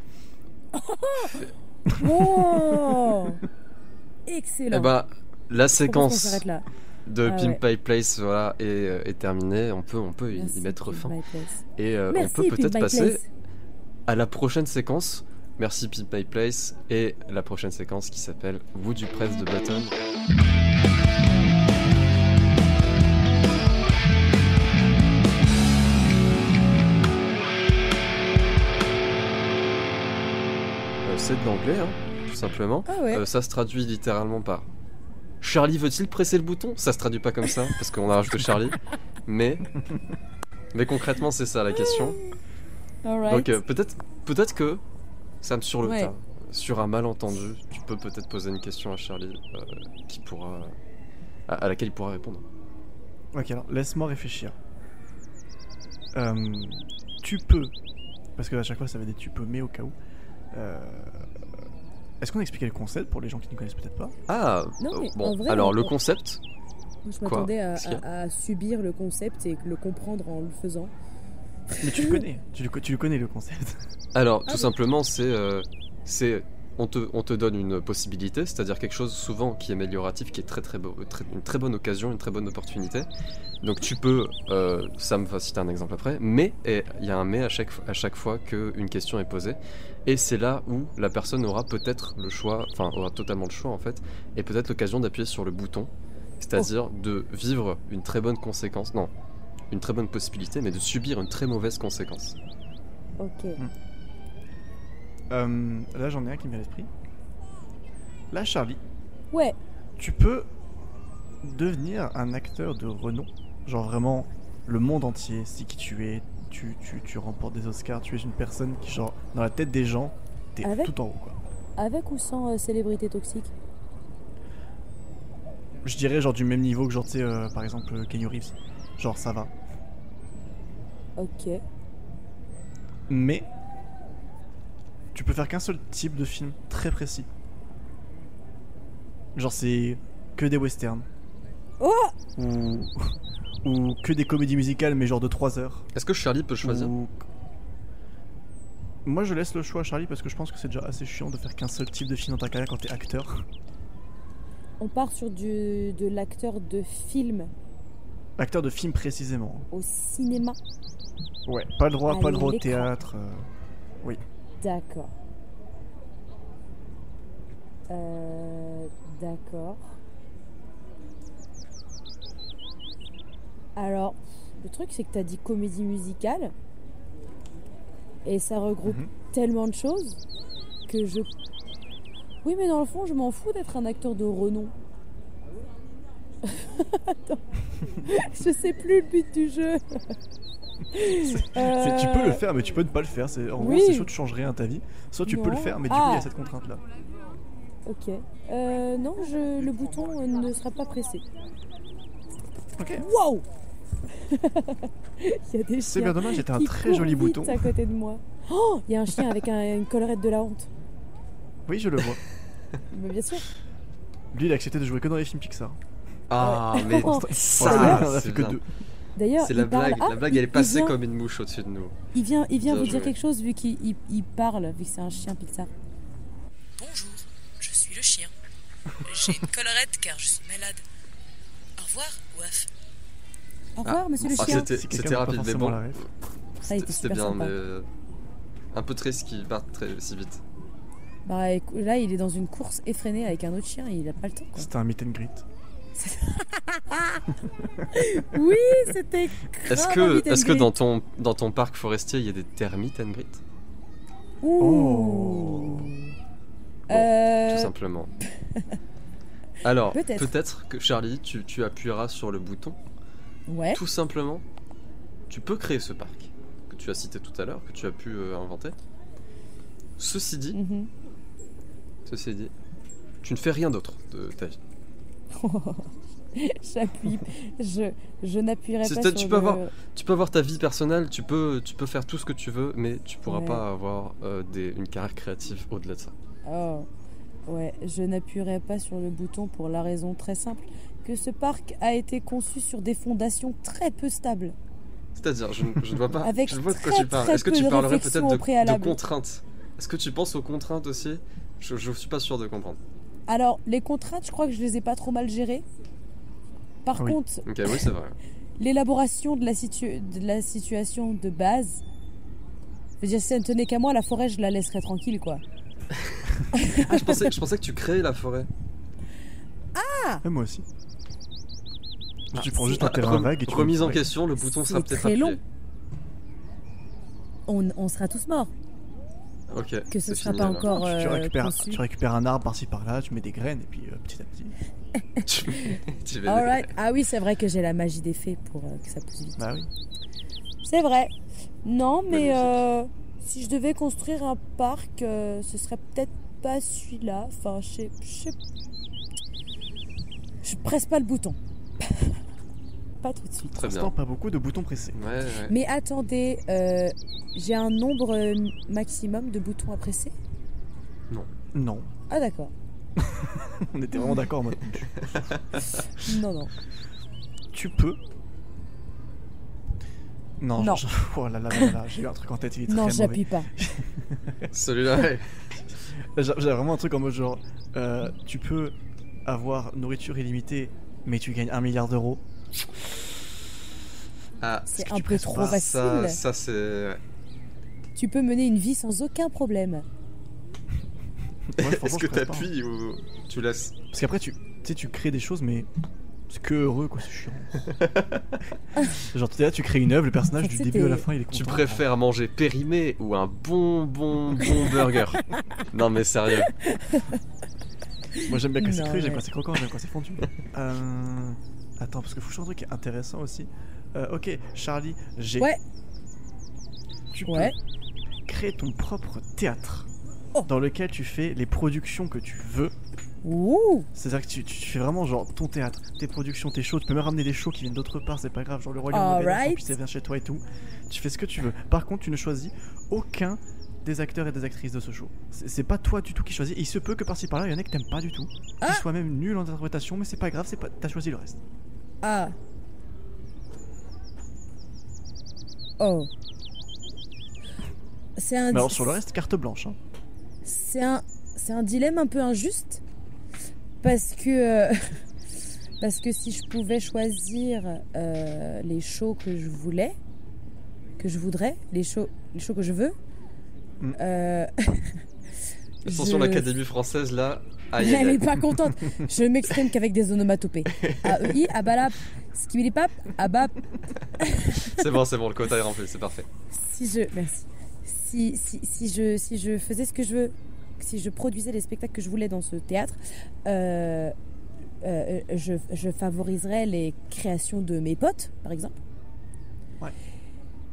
S5: Oh Excellent.
S2: Eh ben, la
S5: Je propose qu'on
S2: séquence
S5: s'arrête là.
S2: de
S5: Ah
S2: Pimp My Place voilà, est, euh, est terminée. On peut, on peut y- y
S5: Merci,
S2: mettre
S5: Pimp
S2: fin.
S5: My Place.
S2: Et euh, on
S5: Merci,
S2: peut
S5: Pimp
S2: peut-être
S5: My
S2: passer
S5: Place.
S2: à la prochaine séquence. Merci Pimp My Place et la prochaine séquence qui s'appelle Vous du Press de Button. Euh, C'est de l'anglais, hein, tout simplement.
S5: Ah ouais.
S2: Euh, ça se traduit littéralement par Charlie veut-il presser le bouton Ça se traduit pas comme ça, parce qu'on a rajouté Charlie. Mais, mais concrètement, c'est ça la question.
S5: Alright.
S2: Donc euh, peut-être peut-être que, Sam, sur le
S5: Ouais.
S2: tas, sur un malentendu, tu peux peut-être poser une question à Charlie euh, qui pourra, à, à laquelle il pourra répondre.
S4: Ok, alors laisse-moi réfléchir. Euh, tu peux, parce que à chaque fois ça va des tu peux, mais au cas où. euh, Est-ce qu'on a expliqué le concept pour les gens qui ne connaissent peut-être pas
S2: Ah,
S5: Non, mais
S2: bon,
S5: en vrai,
S2: alors
S5: on-
S2: le
S5: on-
S2: concept,
S5: Moi, je
S2: Quoi
S5: m'attendais à,
S2: Qu'est-ce qu'il y a
S5: à- à subir le concept et le comprendre en le faisant.
S4: Mais tu le connais, tu le, co- tu le connais le concept.
S2: Alors,
S5: Ah
S2: tout
S5: oui.
S2: simplement, c'est. euh, c'est- on, te, on te donne une possibilité, c'est-à-dire quelque chose souvent qui est amélioratif, qui est très, très beau, très- une très bonne occasion, une très bonne opportunité. Donc tu peux. euh, Sam va citer un exemple après, mais et il y a un mais à chaque, à chaque fois qu'une question est posée. Et c'est là où la personne aura peut-être le choix, enfin aura totalement le choix en fait, et peut-être l'occasion d'appuyer sur le bouton, c'est-à-dire
S5: Oh.
S2: de vivre une très bonne conséquence, non, une très bonne possibilité, mais de subir une très mauvaise conséquence.
S5: Ok.
S4: Euh, là j'en ai un qui me vient à l'esprit. Là Charlie,
S5: Ouais.
S4: tu peux devenir un acteur de renom, genre vraiment le monde entier, c'est qui tu es, tu, tu, tu remportes des Oscars, tu es une personne qui genre dans la tête des gens, t'es
S5: Avec-
S4: tout en haut quoi.
S5: Avec ou sans euh, célébrité toxique
S4: Je dirais genre du même niveau que genre tu sais euh, par exemple euh, Keanu Reeves, genre ça va.
S5: Ok.
S4: Mais tu peux faire qu'un seul type de film très précis. Genre c'est que des westerns.
S5: Oh
S4: ou, ou que des comédies musicales mais genre de 3 heures.
S2: Est-ce que Charlie peut choisir
S4: Ou- Moi je laisse le choix à Charlie parce que je pense que c'est déjà assez chiant de faire qu'un seul type de film dans ta carrière quand t'es acteur.
S5: On part sur du, de l'acteur de film
S4: Acteur de film précisément.
S5: au cinéma.
S4: Ouais. Pas le droit,
S5: À
S4: pas le droit au
S5: l'écran.
S4: théâtre. euh,
S5: D'accord. Euh, D'accord. Alors, le truc, c'est que tu as dit comédie musicale. Et ça regroupe
S4: Mhm.
S5: tellement de choses que je. Oui, mais dans le fond, je m'en fous d'être un acteur de renom. Attends. je sais plus le but du jeu.
S4: C'est- Tu peux
S5: Euh,
S4: le faire mais tu peux ne pas le faire. C'est, en gros
S5: oui.
S4: c'est soit tu changes rien à ta vie, soit tu peux le
S5: Non.
S4: faire mais du coup il y
S5: Ah.
S4: a cette contrainte là.
S5: Ok. Euh, non, je, le bouton euh, ne sera pas pressé.
S4: Ok.
S5: Wow Il y a des
S4: C'est
S5: chiens
S4: bien dommage, c'était un
S5: qui
S4: très
S5: courent
S4: joli
S5: vite
S4: bouton.
S5: à côté de moi. Oh Il y a un chien avec un- une collerette de la honte.
S4: Oui, je le vois.
S5: Mais bien sûr.
S4: Lui, il a accepté de jouer que dans les films Pixar.
S2: Ah, mais
S5: Oh,
S4: Ça,
S2: ça,
S4: il en a
S2: c'est
S4: fait que
S2: bien.
S4: deux.
S5: D'ailleurs,
S2: c'est la
S5: il parle-
S2: blague.
S5: Ah,
S2: la blague,
S5: il-
S2: elle est passée
S5: il vient,
S2: comme une mouche au-dessus de nous.
S5: Il vient, il vient
S2: Bien
S5: vous
S2: joué.
S5: dire quelque chose vu qu'il il- il parle, vu que c'est un chien Pixar.
S7: Bonjour, je suis le chien. J'ai une collerette car je suis malade. Au revoir, ouaf.
S5: Au revoir, monsieur le
S2: Ah,
S5: chien.
S2: c'était
S4: Si quelqu'un
S2: c'était
S4: n'a pas
S2: rapide, mais
S4: forcément
S2: bon.
S4: la ref.
S5: Ça a
S2: C'était
S5: été
S2: c'était
S5: super
S2: bien,
S5: sympa.
S2: mais. euh, Un peu triste qu'il parte très si vite.
S5: Bah, écou- là, il est dans une course effrénée avec un autre chien et il a pas le temps. quoi.
S4: C'était un meet and greet.
S5: Oui, c'était.
S2: Est-ce
S5: grave un
S2: que,
S5: meet and
S2: est que
S5: greet.
S2: dans, ton, dans ton parc forestier, il y a des termites and grit
S5: Ouh.
S4: Oh.
S2: Bon,
S5: Oh. Euh,
S2: tout simplement. Alors,
S5: peut-être.
S2: peut-être que Charlie, tu, tu appuieras sur le bouton.
S5: ouais.
S2: Tout simplement, tu peux créer ce parc que tu as cité tout à l'heure, que tu as pu euh, inventer. Ceci dit,
S5: Mhm.
S2: ceci dit, tu ne fais rien d'autre de ta vie.
S5: J'appuie. Je, je n'appuierai
S2: C'est
S5: pas
S2: peut-être-
S5: sur
S2: tu peux
S5: le-
S2: avoir- Tu peux avoir ta vie personnelle, tu peux, tu peux faire tout ce que tu veux, mais tu pourras
S5: Ouais.
S2: pas avoir euh, des- une carrière créative au-delà de ça.
S5: Oh. Ouais, je n'appuierai pas sur le bouton pour la raison très simple que ce parc a été conçu sur des fondations très peu stables.
S2: C'est-à-dire, je, je ne vois pas.
S5: Avec
S2: je vois de quoi
S5: très,
S2: tu parles.
S5: très
S2: Est-ce que
S5: peu
S2: tu
S5: de
S2: parlerais
S5: réflexion
S2: peut-être
S5: au
S2: de, de
S5: préalable.
S2: contraintes Est-ce que tu penses aux contraintes aussi je, je suis pas sûr de comprendre.
S5: Alors, les contraintes, je crois que je les ai pas trop mal gérées. Par
S4: Oui.
S5: contre,
S2: Ok, oui, c'est vrai.
S5: l'élaboration de, la situ- de la situation de base. Je veux dire, si ça ne tenait qu'à moi, la forêt, je la laisserais tranquille, quoi.
S2: Ah, je pensais, je pensais que tu créais la forêt.
S4: Ouais, moi aussi.
S2: Ah,
S4: tu prends juste
S2: c'est-
S4: un terrain
S2: rem-
S4: vague et tu
S2: Remise en
S4: ouais.
S2: question, le bouton sera
S5: C'est
S2: peut-être
S5: très
S2: appuyé.
S5: long. On, on sera tous morts,
S2: Ok.
S5: que ce
S2: c'est
S5: ne sera
S2: fini,
S5: pas
S2: alors.
S5: encore
S4: Tu, tu
S5: euh,
S4: récupères,
S5: conçu.
S4: tu récupères un arbre par-ci par-là, tu mets des graines et puis euh, petit à petit.
S2: tu, tu vas-
S5: All right. Ah oui, c'est vrai que j'ai la magie des fées pour euh, que ça pousse vite.
S4: Bah oui.
S5: C'est vrai. Non, mais
S2: Magnifique.
S5: euh, si je devais construire un parc, euh, ce serait peut-être pas celui-là. Enfin, je sais- je sais. Je presse pas le bouton. pas tout de suite.
S2: Très
S4: Pour
S2: bien.
S4: l'instant, pas beaucoup de boutons pressés.
S2: Ouais, ouais.
S5: Mais attendez, euh, j'ai un nombre euh, maximum de boutons à presser
S4: Non,
S5: Ah d'accord.
S4: on était vraiment d'accord en mode.
S5: Non, non.
S4: Tu peux. Non,
S5: Non.
S4: je- oh là là là là là, j'ai eu un truc en tête, il est très
S5: Non,
S4: mauvais.
S5: j'appuie pas.
S2: Celui-là, ouais.
S4: J'a- J'avais vraiment un truc en mode genre, euh, tu peux avoir nourriture illimitée, mais tu gagnes un milliard d'euros.
S2: Ah,
S4: Est-ce
S5: C'est
S4: que
S5: un
S4: tu
S5: peu
S4: presses
S5: trop
S4: pas
S5: facile.
S2: ça, ça c'est. ouais.
S5: Tu peux mener une vie sans aucun problème.
S4: Moi, franchement,
S2: Est-ce
S4: je
S2: que
S4: presse pas, hein.
S2: t'appuies ou tu laisses
S4: Parce qu'après, tu tu sais, tu crées des choses, mais c'est que heureux, quoi, c'est chiant. Genre, tu es là, tu crées une œuvre, le personnage du
S5: C'était-
S4: début à la fin, il est content. hein.
S2: Tu préfères manger périmé ou un bon, bon, bon burger Non, mais sérieux.
S4: Moi, j'aime bien quand c'est
S5: Non,
S4: cru, j'aime
S5: ouais.
S4: quand c'est croquant, j'aime quand c'est fondu. Euh, Attends, parce que faut que je fasse un truc qui est intéressant aussi. Euh, ok, Charlie, j'ai.
S5: Ouais.
S4: Tu peux
S5: Ouais.
S4: créer ton propre théâtre
S5: Oh.
S4: dans lequel tu fais les productions que tu veux.
S5: Ouh
S4: C'est-à-dire que tu, tu fais vraiment genre ton théâtre, tes productions, tes shows. Tu peux même ramener des shows qui viennent d'autre part, c'est pas grave. Genre le Roi Lion, on
S5: All
S4: l'avait dans son
S5: right.
S4: puis ça vient chez toi et tout. Tu fais ce que tu veux. Par contre, tu ne choisis aucun des acteurs et des actrices de ce show. C'est c'est pas toi du tout qui choisis. Il se peut que par-ci par-là, il y en ait que t'aimes pas du tout.
S5: Ah.
S4: Qui soient même nuls en interprétation, mais c'est pas grave, c'est pas... t'as choisi le reste.
S5: Ah Oh C'est un,
S4: Mais alors sur le reste, carte blanche. Hein.
S5: c'est un, c'est un dilemme un peu injuste. Parce que. euh, parce que si je pouvais choisir euh, les shows que je voulais, que je voudrais, les shows, les shows que je veux.
S4: Mm.
S5: euh,
S2: Attention,
S5: je-
S2: l'Académie française là. Aïe,
S5: Elle
S2: aïe, aïe.
S5: est pas contente. Je m'exprime qu'avec des onomatopées. E A-E-I, abalap, skibidipap, abap.
S2: C'est bon, c'est bon, le quota est rempli, c'est parfait.
S5: Si je. Merci. Si, si, si, je, si je faisais ce que je veux, si je produisais les spectacles que je voulais dans ce théâtre, euh, euh, je, je favoriserais les créations de mes potes, par exemple.
S4: Ouais.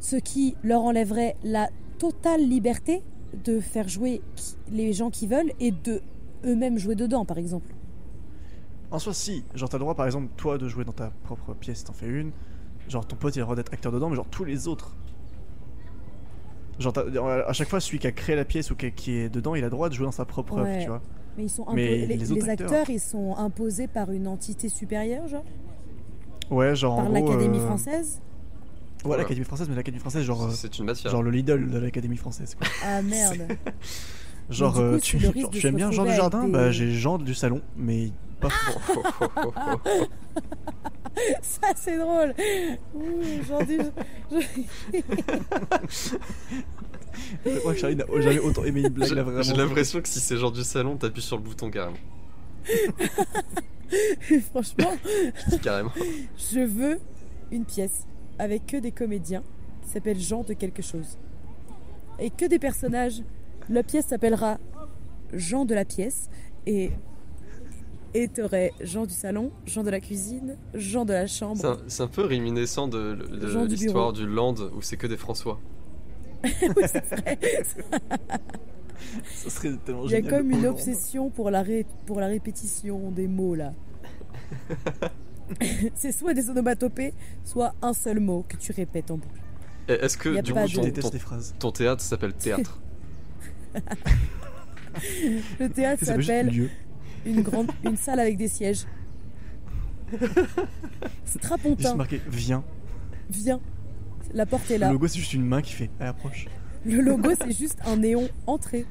S5: Ce qui leur enlèverait la totale liberté de faire jouer qui- les gens qui veulent et de eux-mêmes jouer dedans, par exemple.
S4: En soi, si, genre t'as le droit par exemple, toi, de jouer dans ta propre pièce, t'en fais une. Genre ton pote, il a le droit d'être acteur dedans, mais genre tous les autres. Genre t'as- euh, à chaque fois, celui qui a créé la pièce ou qui qui est dedans, il a le droit de jouer dans sa propre œuvre,
S5: Ouais.
S4: tu vois.
S5: Mais ils sont impo-
S4: Mais
S5: les,
S4: les autres
S5: les acteurs,
S4: acteurs,
S5: ils sont imposés par une entité supérieure, genre
S4: Ouais, genre en
S5: Par
S4: gros,
S5: l'Académie
S4: euh,
S5: française
S4: Ouais, l'Académie française, mais l'Académie française, genre, euh,
S2: C'est une matière.
S4: genre le Lidl de l'Académie française. Quoi.
S5: Ah merde
S4: Genre,
S5: du coup,
S4: euh,
S5: c'est
S4: tu,
S5: le risque
S4: genre,
S5: de
S4: tu
S5: se
S4: aimes bien Jean du
S5: retrouver avec
S4: Jardin
S5: des-
S4: Bah, j'ai Jean du salon, mais pas.
S5: Ça c'est drôle Ouh, genre du-
S4: Je crois que Charlie n'a jamais autant aimé une blague
S2: J'ai
S4: là vraiment.
S2: j'ai l'impression que si c'est genre du salon, t'appuies sur le bouton carrément.
S5: Franchement,
S2: Je dis carrément.
S5: je veux une pièce avec que des comédiens qui s'appellent Jean de quelque chose. Et que des personnages La pièce s'appellera Jean de la pièce et et t'aurais Jean du salon, Jean de la cuisine, Jean de la chambre.
S2: C'est un, c'est un peu réminiscent de, de- de
S5: Jean du
S2: l'histoire du Land où c'est que des François.
S4: Ça serait tellement
S5: Il y a
S4: génial.
S5: comme une
S4: Oh,
S5: obsession pour la, ré- pour la répétition des mots là. c'est soit des onomatopées, soit un seul mot que tu répètes en boucle.
S2: Et Est-ce
S5: Y
S2: que
S5: a
S2: du
S5: pas
S2: coup
S5: de-
S4: Je
S2: ton,
S4: déteste
S2: ton-
S4: les phrases.
S2: ton théâtre s'appelle théâtre
S5: Le théâtre
S4: Ça s'appelle
S5: s'appelle
S4: juste lieu.
S5: une, grande, une salle avec des sièges.
S4: Juste
S5: Strapontin,
S4: marqué viens.
S5: viens. La porte est
S4: Le
S5: là.
S4: logo, c'est juste une main qui fait allez, approche.
S5: Le logo, c'est juste un néon entrée.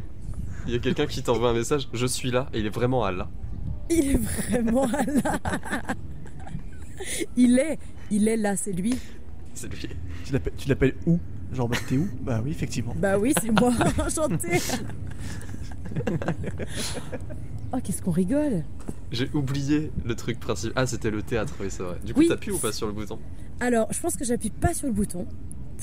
S2: Il y a quelqu'un qui t'envoie un message, je suis là, et il est vraiment à là.
S5: Il est vraiment là. Il est, il est là, c'est lui.
S2: C'est lui.
S4: Tu l'appelles- Tu l'appelles où Genre, bah, t'es où Bah oui, effectivement.
S5: Bah oui, c'est moi, enchanté. oh, qu'est-ce qu'on rigole
S2: J'ai oublié le truc principal. Ah, c'était le théâtre, oui, c'est vrai. Du coup,
S5: Oui.
S2: t'appuies ou pas sur le bouton
S5: Alors, je pense que j'appuie pas sur le bouton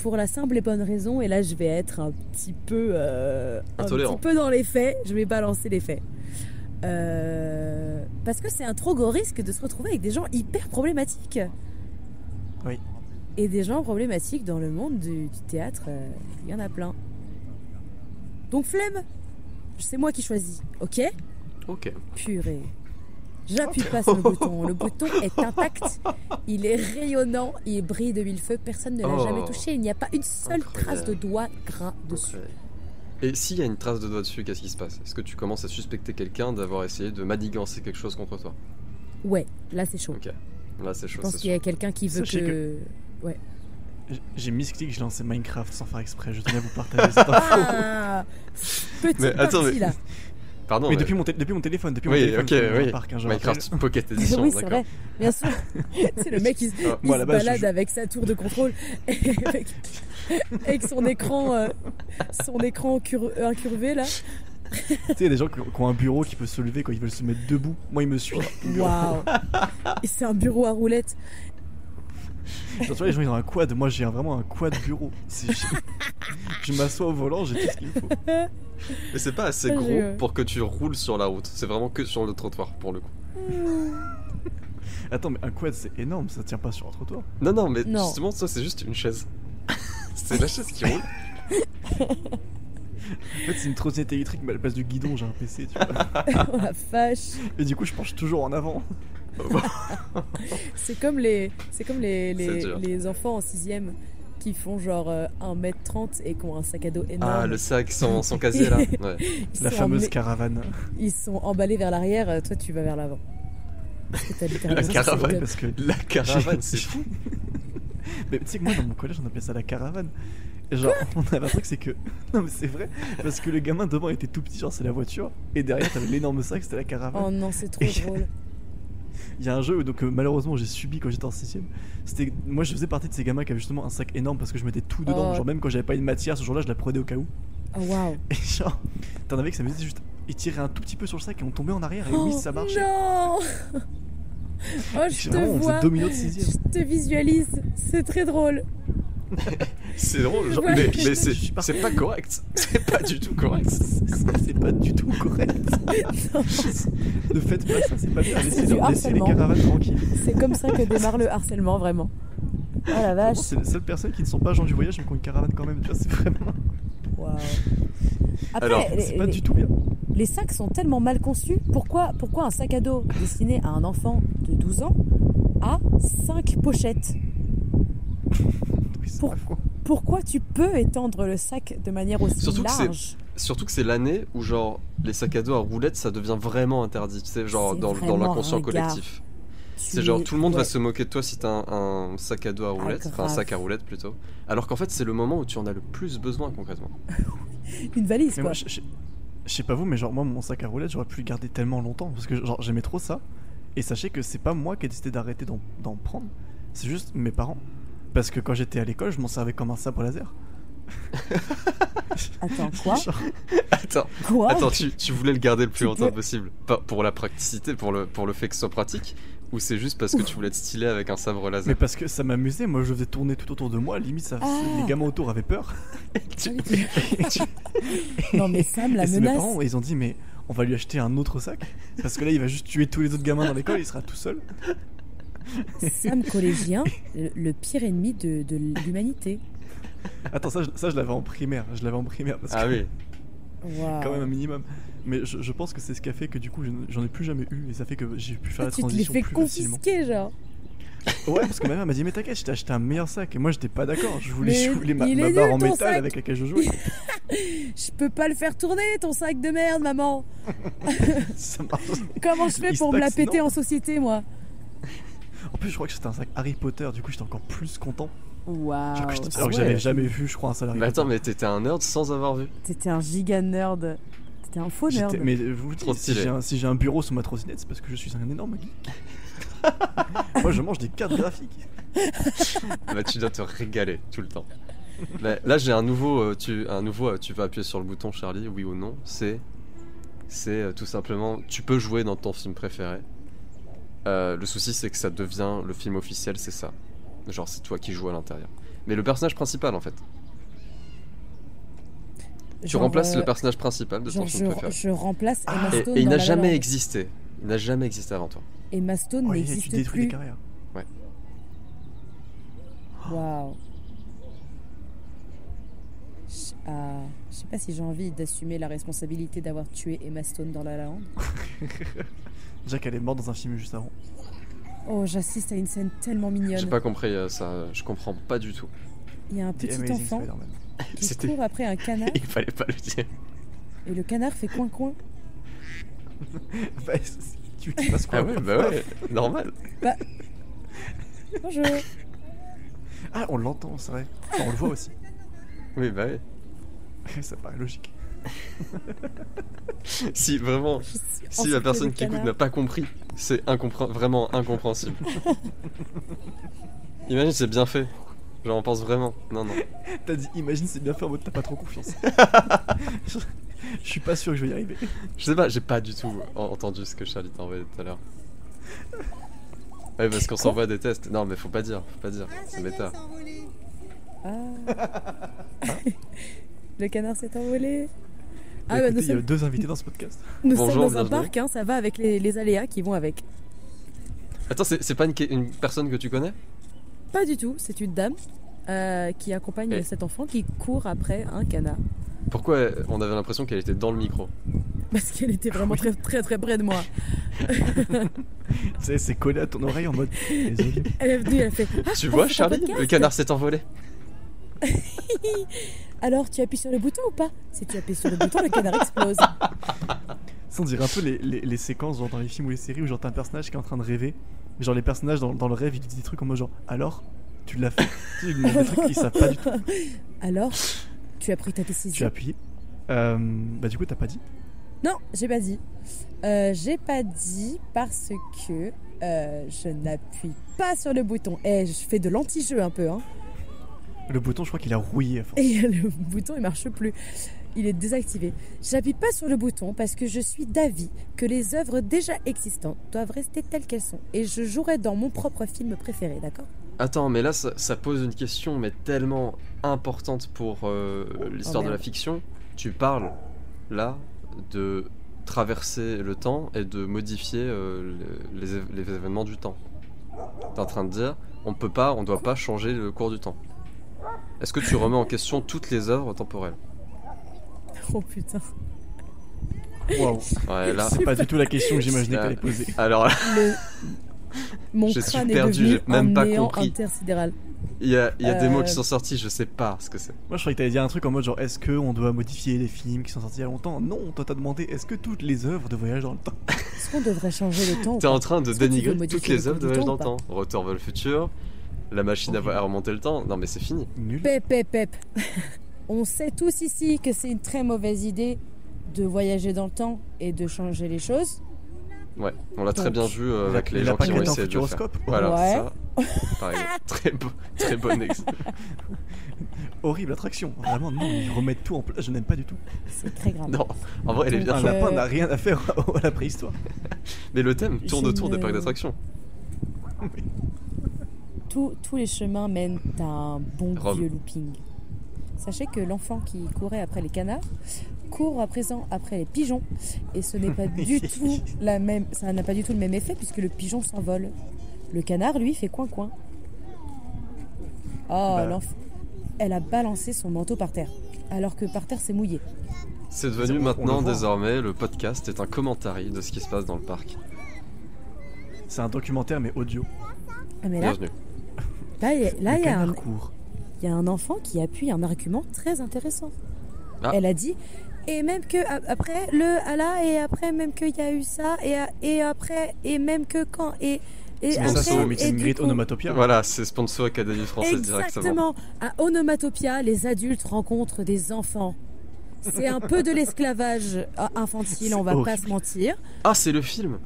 S5: pour la simple et bonne raison, et là je vais être un petit peu, euh, un
S2: Intolérant.
S5: petit peu dans les faits. Je vais balancer les faits Euh, parce que c'est un trop gros risque de se retrouver avec des gens hyper problématiques.
S4: Oui.
S5: Et des gens problématiques dans le monde du, du théâtre, euh, il y en a plein. Donc flemme, c'est moi qui choisis, ok
S2: Ok.
S5: Purée. J'appuie pas sur le bouton. Le bouton est intact. Il est rayonnant. Il brille de mille feux. Personne ne l'a
S2: Oh.
S5: jamais touché. Il n'y a pas une seule
S2: Incroyable.
S5: trace de doigt gras dessus.
S2: Incroyable. euh, Et s'il y a une trace de doigt dessus, qu'est-ce qui se passe Est-ce que tu commences à suspecter quelqu'un d'avoir essayé de manigancer quelque chose contre toi
S5: Ouais, là c'est chaud.
S2: Ok. Là, c'est
S5: Je
S2: chaud,
S5: pense
S2: c'est
S5: qu'il y
S2: chaud.
S5: a quelqu'un qui veut
S4: Sachez
S5: que.
S4: J- J'ai mis ce clic, j'ai lancé Minecraft sans faire exprès. Je tenais à vous partager cette info.
S5: Ah Petite
S2: Mais attends,
S5: partie
S2: mais-
S5: là.
S2: Pardon,
S4: Mais
S2: mais-
S4: depuis mon, tél- depuis mon téléphone, depuis mon
S2: Oui,
S4: téléphone,
S2: ok,
S4: je me
S2: oui.
S4: remarque, hein, je rappelle.
S2: Minecraft Pocket Edition,
S5: oui, c'est
S2: d'accord.
S5: vrai. Bien sûr. c'est le mec qui, se-
S2: Ah,
S5: il
S4: moi, à
S5: se
S4: la base, je
S5: balade
S4: joue-
S5: avec sa tour de contrôle et avec, avec son écran, euh, son écran cur- incurvé là.
S4: Tu sais, il y a des gens qui ont qui ont un bureau qui peut se lever quand ils veulent se mettre debout. Moi, il me suit.
S5: Waouh Et C'est un bureau à roulettes.
S4: Genre, tu vois, les gens, ils ont un quad. Moi, j'ai un- vraiment un quad bureau. C'est- Je, je m'assois au volant, j'ai tout ce qu'il me faut.
S2: Mais c'est pas assez
S5: Ah,
S2: gros
S5: j'ai eu.
S2: pour que tu roules sur la route. C'est vraiment que sur le trottoir, pour le coup.
S4: Attends, mais un quad, c'est énorme. Ça tient pas sur un trottoir.
S2: Non, non, mais
S5: Non.
S2: justement, ça, c'est juste une chaise. c'est la chaise qui roule.
S4: En fait, c'est une trottinette électrique, mais à la place du guidon, j'ai un PC, tu vois.
S5: Oh la vache
S4: Et du coup, je penche toujours en avant.
S5: C'est comme les, c'est comme les, les,
S2: C'est dur.
S5: les enfants en sixième qui font genre euh, 1m30 et qui ont un sac à dos énorme.
S2: Ah, le sac, son, son casier, là. Ouais.
S5: ils,
S4: La
S5: sont
S4: fameuse
S5: emmenés-
S4: caravane.
S5: ils sont emballés vers l'arrière, euh, toi tu vas vers l'avant. Parce que t'as littéralement-
S2: La
S4: Ça, c'est drôle
S2: caravane.
S4: Parce que
S2: La caravane, c'est
S4: J'ai-
S2: fou.
S4: Mais tu sais que moi dans mon collège on appelait ça la caravane. Et Genre on avait un truc c'est que non mais c'est vrai parce que le gamin devant était tout petit genre c'est la voiture et derrière t'avais l'énorme sac c'était la
S5: Oh
S4: caravane.
S5: non, c'est trop drôle.
S4: Il y a un jeu donc euh, malheureusement j'ai subi quand j'étais en 6 C'était moi je faisais partie de ces gamins qui avaient justement un sac énorme parce que je mettais tout dedans
S5: Oh.
S4: genre même quand j'avais pas une matière ce jour-là je la prenais au cas où.
S5: Oh, waouh.
S4: Et genre t'en avais que ça me disait juste ils tiraient un tout petit peu sur le sac et on tombait en arrière et oui
S5: Oh,
S4: ça marchait.
S5: Non Oh, je
S4: C'est
S5: te
S4: vraiment, on faisait
S5: vois.
S4: domino de sixième.
S5: Je te visualise. C'est très drôle.
S2: C'est drôle, genre,
S5: Voilà.
S2: mais, mais c'est
S4: Je suis pas-
S2: c'est pas correct. C'est pas du tout correct.
S4: C'est c'est pas du tout correct. ne faites pas ça, c'est pas bien. Laissez,
S5: du
S4: leur- laissez les
S5: harcèlement.
S4: caravanes tranquilles.
S5: C'est comme ça que démarre le harcèlement, vraiment. Oh la vache.
S4: C'est les seules personnes qui ne sont pas gens du voyage mais qui ont une caravane quand même, tu vois, c'est vraiment.
S5: Waouh. Après,
S2: Alors,
S5: les-
S4: C'est pas
S5: les-
S4: du tout bien.
S5: Les sacs sont tellement mal conçus. Pourquoi, pourquoi un sac à dos destiné à un enfant de 12 ans a 5 pochettes
S4: Oui, c'est
S5: Pour-
S4: pas faux.
S5: Pourquoi tu peux étendre le sac de manière aussi
S2: Surtout que c'est-
S5: large
S2: Surtout que c'est l'année où, genre, les sacs à dos à roulettes, ça devient vraiment interdit. Tu sais, genre,
S5: C'est
S2: dans, dans
S5: vraiment
S2: l'inconscient
S5: ringard.
S2: collectif.
S5: Tu
S2: C'est genre,
S5: es-
S2: tout le monde va
S5: ouais. Ah,
S2: se moquer de toi si t'as un, un sac à dos à roulettes. enfin, un
S5: grave.
S2: sac à roulettes plutôt. Alors qu'en fait, c'est le moment où tu en as le plus besoin concrètement.
S5: Une valise, quoi.
S4: Mais moi, je, je- je sais pas vous, mais genre, moi, mon sac à roulettes, j'aurais pu le garder tellement longtemps parce que genre, j'aimais trop ça. Et sachez que c'est pas moi qui ai décidé d'arrêter d'en d'en prendre, c'est juste mes parents. Parce que quand j'étais à l'école, je m'en servais comme un sabre laser.
S5: Attends, quoi
S4: Genre,
S2: Attends,
S5: Quoi
S2: attends tu, tu voulais le garder le plus
S5: Tu
S2: longtemps
S5: peux-
S2: possible. Pas pour la praticité, pour le, pour le fait que ce soit pratique, Ou c'est juste parce que tu voulais être stylé avec un sabre laser
S4: Mais parce que ça m'amusait, moi je faisais tourner tout autour de moi, limite ça,
S5: Ah.
S4: les gamins autour avaient peur.
S5: Non, mais Sam, la
S4: et c'est mes
S5: menace.
S4: parents, ils ont dit mais on va lui acheter un autre sac parce que là il va juste tuer tous les autres gamins dans l'école, il sera tout seul.
S5: Sam collégien, le, le pire ennemi de, de l'humanité.
S4: Attends ça, je- ça je l'avais en primaire, je l'avais en primaire parce
S2: Ah
S4: que
S2: oui,
S5: Waouh.
S4: quand même un minimum. Mais je, je pense que c'est ce qui a fait que du coup je n- j'en ai plus jamais eu et ça fait que j'ai pu
S5: Ah,
S4: faire la
S5: tu te les
S4: transition
S5: fais
S4: plus facilement.
S5: confisquer, genre.
S4: Ouais parce que ma mère m'a dit mais t'inquiète, je t'ai acheté un meilleur sac et moi j'étais pas d'accord, je voulais,
S5: Mais
S4: je voulais ma,
S5: il
S4: ma
S5: est
S4: barre
S5: nul,
S4: en
S5: ton
S4: métal
S5: sac.
S4: avec laquelle je jouais.
S5: Je peux pas le faire tourner, ton sac de merde, maman.
S4: ça marche.
S5: Comment je fais
S4: Il se
S5: pour me la
S4: passe,
S5: péter
S4: non
S5: en société, moi
S4: En plus je crois que c'était un sac Harry Potter, du coup j'étais encore plus content.
S5: Waouh.
S4: Genre que j'étais- alors que
S2: ouais.
S4: j'avais jamais vu je crois un sac Harry
S2: mais attends,
S4: Potter.
S2: mais t'étais un nerd sans avoir vu.
S5: T'étais un giga nerd. T'étais un faux
S4: J'étais-
S5: nerd.
S4: Mais je vous dis,
S2: Trop
S4: si
S2: stylé.
S4: j'ai un, si j'ai un bureau sous ma trottinette, c'est parce que je suis un énorme geek. Moi, je mange des cartes graphiques.
S2: Bah, tu dois te régaler tout le temps. Là, là, j'ai un nouveau, euh, tu, un nouveau, euh, tu vas appuyer sur le bouton Charlie, oui ou non. C'est, c'est euh, tout simplement, tu peux jouer dans ton film préféré. Euh, le souci, c'est que ça devient le film officiel, c'est ça. Genre, c'est toi qui joues à l'intérieur. Mais le personnage principal, en fait. tu
S5: Genre,
S2: remplaces
S5: euh,
S2: le personnage principal de ton
S5: Genre,
S2: film
S5: je,
S2: préféré.
S5: je remplace Emma
S2: Ah. Et,
S5: Stone.
S2: et il
S5: dans
S2: n'a
S5: La La
S2: jamais
S5: Land.
S2: existé. Il n'a jamais existé avant toi.
S5: Emma Stone
S4: Oh, les- tu
S5: n'existe
S4: détruis des
S5: plus.
S4: carrières.
S2: hein.
S5: Waouh. Je- ah, je sais pas si j'ai envie d'assumer la responsabilité d'avoir tué Emma Stone dans La La Land.
S4: Jack, elle est morte dans un film juste avant.
S5: Oh, j'assiste à une scène tellement mignonne.
S2: J'ai pas compris euh, ça. Je comprends pas du tout.
S5: Il y a un
S4: The
S5: petit
S4: Amazing
S5: enfant
S4: Spider-Man.
S5: qui
S2: C'était-
S5: court après un canard
S2: Il fallait pas le dire.
S5: et le canard fait coin coin.
S4: Bah, c'est- c'est- tu tu passes quoi
S2: Ah ouais, bah ouais, normal.
S5: Bonjour.
S4: Ah, on l'entend, c'est vrai. Enfin, on le voit aussi.
S2: Oui, bah ouais.
S4: Ça paraît logique.
S2: Si vraiment,
S5: Je suis
S2: si la
S5: enceinte
S2: personne
S5: de
S2: qui écoute
S5: canard.
S2: n'a pas compris, c'est incompré- vraiment incompréhensible. Imagine, c'est bien fait. J'en pense vraiment. Non, non.
S4: T'as dit, imagine, c'est bien fait en mode t'as pas trop confiance. je je suis pas sûr que je vais y arriver.
S2: Je sais pas, j'ai pas du tout en- entendu ce que Charlie t'a envoyé tout à l'heure. Ouais, parce qu'on s'envoie des tests. Non, mais faut pas dire, faut pas dire. C'est méta.
S5: Ah. le canard s'est envolé. Ah,
S4: Bah,
S5: bah,
S4: écoutez,
S5: nous
S4: il y a
S5: sommes,
S4: deux invités dans ce podcast.
S5: nous
S2: Bonjour,
S5: sommes dans un
S2: bienvenue.
S5: parc, hein, ça va avec les, les aléas qui vont avec.
S2: Attends, c'est c'est pas une, que- une personne que tu connais
S5: Pas du tout, c'est une dame euh, qui accompagne
S2: Et-
S5: cet enfant qui court après un canard.
S2: Pourquoi euh, on avait l'impression qu'elle était dans le micro
S5: Parce qu'elle était
S2: Ah
S5: vraiment très très très près de moi.
S4: Tu sais, c'est collé à ton oreille en mode. Désolé.
S5: Elle est venue, elle a fait
S2: Tu
S5: Ah,
S2: vois,
S5: c'est un
S2: Charlie
S5: podcast
S2: Le canard s'est envolé.
S5: Alors tu appuies sur le bouton ou pas Si tu appuies sur le bouton, le canard explose.
S4: Ça, on dirait un peu les, les- les séquences genre dans les films ou les séries où genre t'as un personnage qui est en train de rêver. Mais Genre les personnages dans, dans le rêve ils lui disent des trucs en mode genre alors tu l'as fait. tu sais, ils lui demandent des trucs ils savent pas du tout.
S5: Alors tu as pris ta
S4: Tu
S5: décision.
S4: as appuyé. Euh, bah du coup t'as pas dit.
S5: Non, j'ai pas dit. Euh, j'ai pas dit parce que euh, je n'appuie pas sur le bouton. Et je fais de l'anti-jeu un peu. Hein.
S4: Le bouton je crois qu'il a rouillé. à force.
S5: Et le bouton, il marche plus. Il est désactivé. J'appuie pas sur le bouton parce que je suis d'avis que les œuvres déjà existantes doivent rester telles qu'elles sont. Et je jouerai dans mon propre film préféré, d'accord
S2: Attends, mais là, ça, ça pose une question, mais tellement importante pour euh, l'histoire de la
S5: Oh, merde.
S2: fiction. Tu parles, là, de traverser le temps et de modifier euh, le- les, év- les événements du temps. T'es en train de dire, on peut pas, on doit pas changer le cours du temps. Est-ce que tu remets en question toutes les œuvres temporelles
S5: Oh putain.
S4: Waouh. Ah,
S2: Ouais, là.
S4: C'est pas du tout la question que j'imaginais que t'allais
S2: Ah.
S4: poser.
S2: Alors,
S5: Le- Mon
S2: Je suis
S5: crâne est
S2: perdu,
S5: devenu
S2: j'ai même
S5: un
S2: pas
S5: néant
S2: compris.
S5: intersidéral.
S2: il y a, il y a des mots qui
S5: Euh.
S2: sont sortis, je sais pas ce que c'est.
S4: Moi je croyais que t'allais dire un truc en mode genre est-ce que on doit modifier les films qui sont sortis il y a longtemps Non toi t'as demandé est-ce que toutes les œuvres de voyage dans le temps.
S5: Est-ce qu'on devrait changer le temps ou
S2: T'es
S5: pas
S2: en train de
S5: Est-ce que tu veux
S2: dénigrer
S5: modifier
S2: toutes les
S5: le
S2: œuvres de
S5: cours du
S2: Voyage dans le
S5: temps
S2: temps. Retour vers le futur, la machine à
S4: Horrible.
S2: à remonter le temps. Non, mais c'est fini.
S4: Nul.
S5: Pep, pep, pep. On sait tous ici que c'est une très mauvaise idée de voyager dans le temps et de changer les choses.
S2: Ouais, on l'a très
S5: Donc,
S2: bien vu euh, avec les
S4: Il a
S2: gens
S4: pas
S2: qui ont
S4: gagné en
S2: essayé de le faire.
S4: futuroscope.
S2: Voilà,
S5: Ouais.
S2: ça. Par exemple. très, beau- très bon exemple.
S4: Horrible attraction. Vraiment non ils remettent tout en place je n'aime pas du tout.
S5: C'est très grave.
S2: Non, en vrai, elle est bien
S4: Un
S5: Euh,
S2: faite.
S4: lapin n'a rien à faire à la préhistoire.
S2: Mais le thème tourne
S5: c'est
S2: autour des
S5: une-
S2: parcs d'attractions.
S8: Tous- tous les chemins mènent à un bon
S2: Rome.
S8: vieux looping. Sachez que l'enfant qui courait après les canards court à présent après les pigeons et ce n'est pas du tout la même ça n'a pas du tout le même effet puisque le pigeon s'envole. Le canard lui fait coin coin. Oh,
S4: Bah.
S8: l'enfant. Elle a balancé son manteau par terre alors que par terre c'est mouillé.
S2: C'est
S4: On-
S2: devenu
S4: on
S2: maintenant,
S4: le voit.
S2: désormais, le podcast est un commentary de ce qui se passe dans le parc.
S4: C'est un documentaire mais audio.
S8: Ah, mais là,
S2: Bienvenue.
S8: là, il y a- là,
S4: Bah, Le
S8: il y a
S4: canard
S8: un,
S4: court.
S8: Il y a un enfant qui appuie un argument très intéressant.
S2: Ah.
S8: Elle a dit et même que a- après le Allah et après même qu'il y a eu ça et a- et après et même que quand et et
S4: C'est
S2: pour ça,
S8: après
S2: c'est au
S8: et
S4: meet and
S8: du
S4: greet
S8: coup-
S4: onomatopia.
S2: Voilà, c'est sponsor Académie française directement.
S8: Exactement. À Onomatopia, les adultes rencontrent des enfants. C'est un peu de l'esclavage euh, infantile,
S4: C'est
S8: on va pas
S4: horrible.
S8: se mentir.
S2: Ah, c'est le film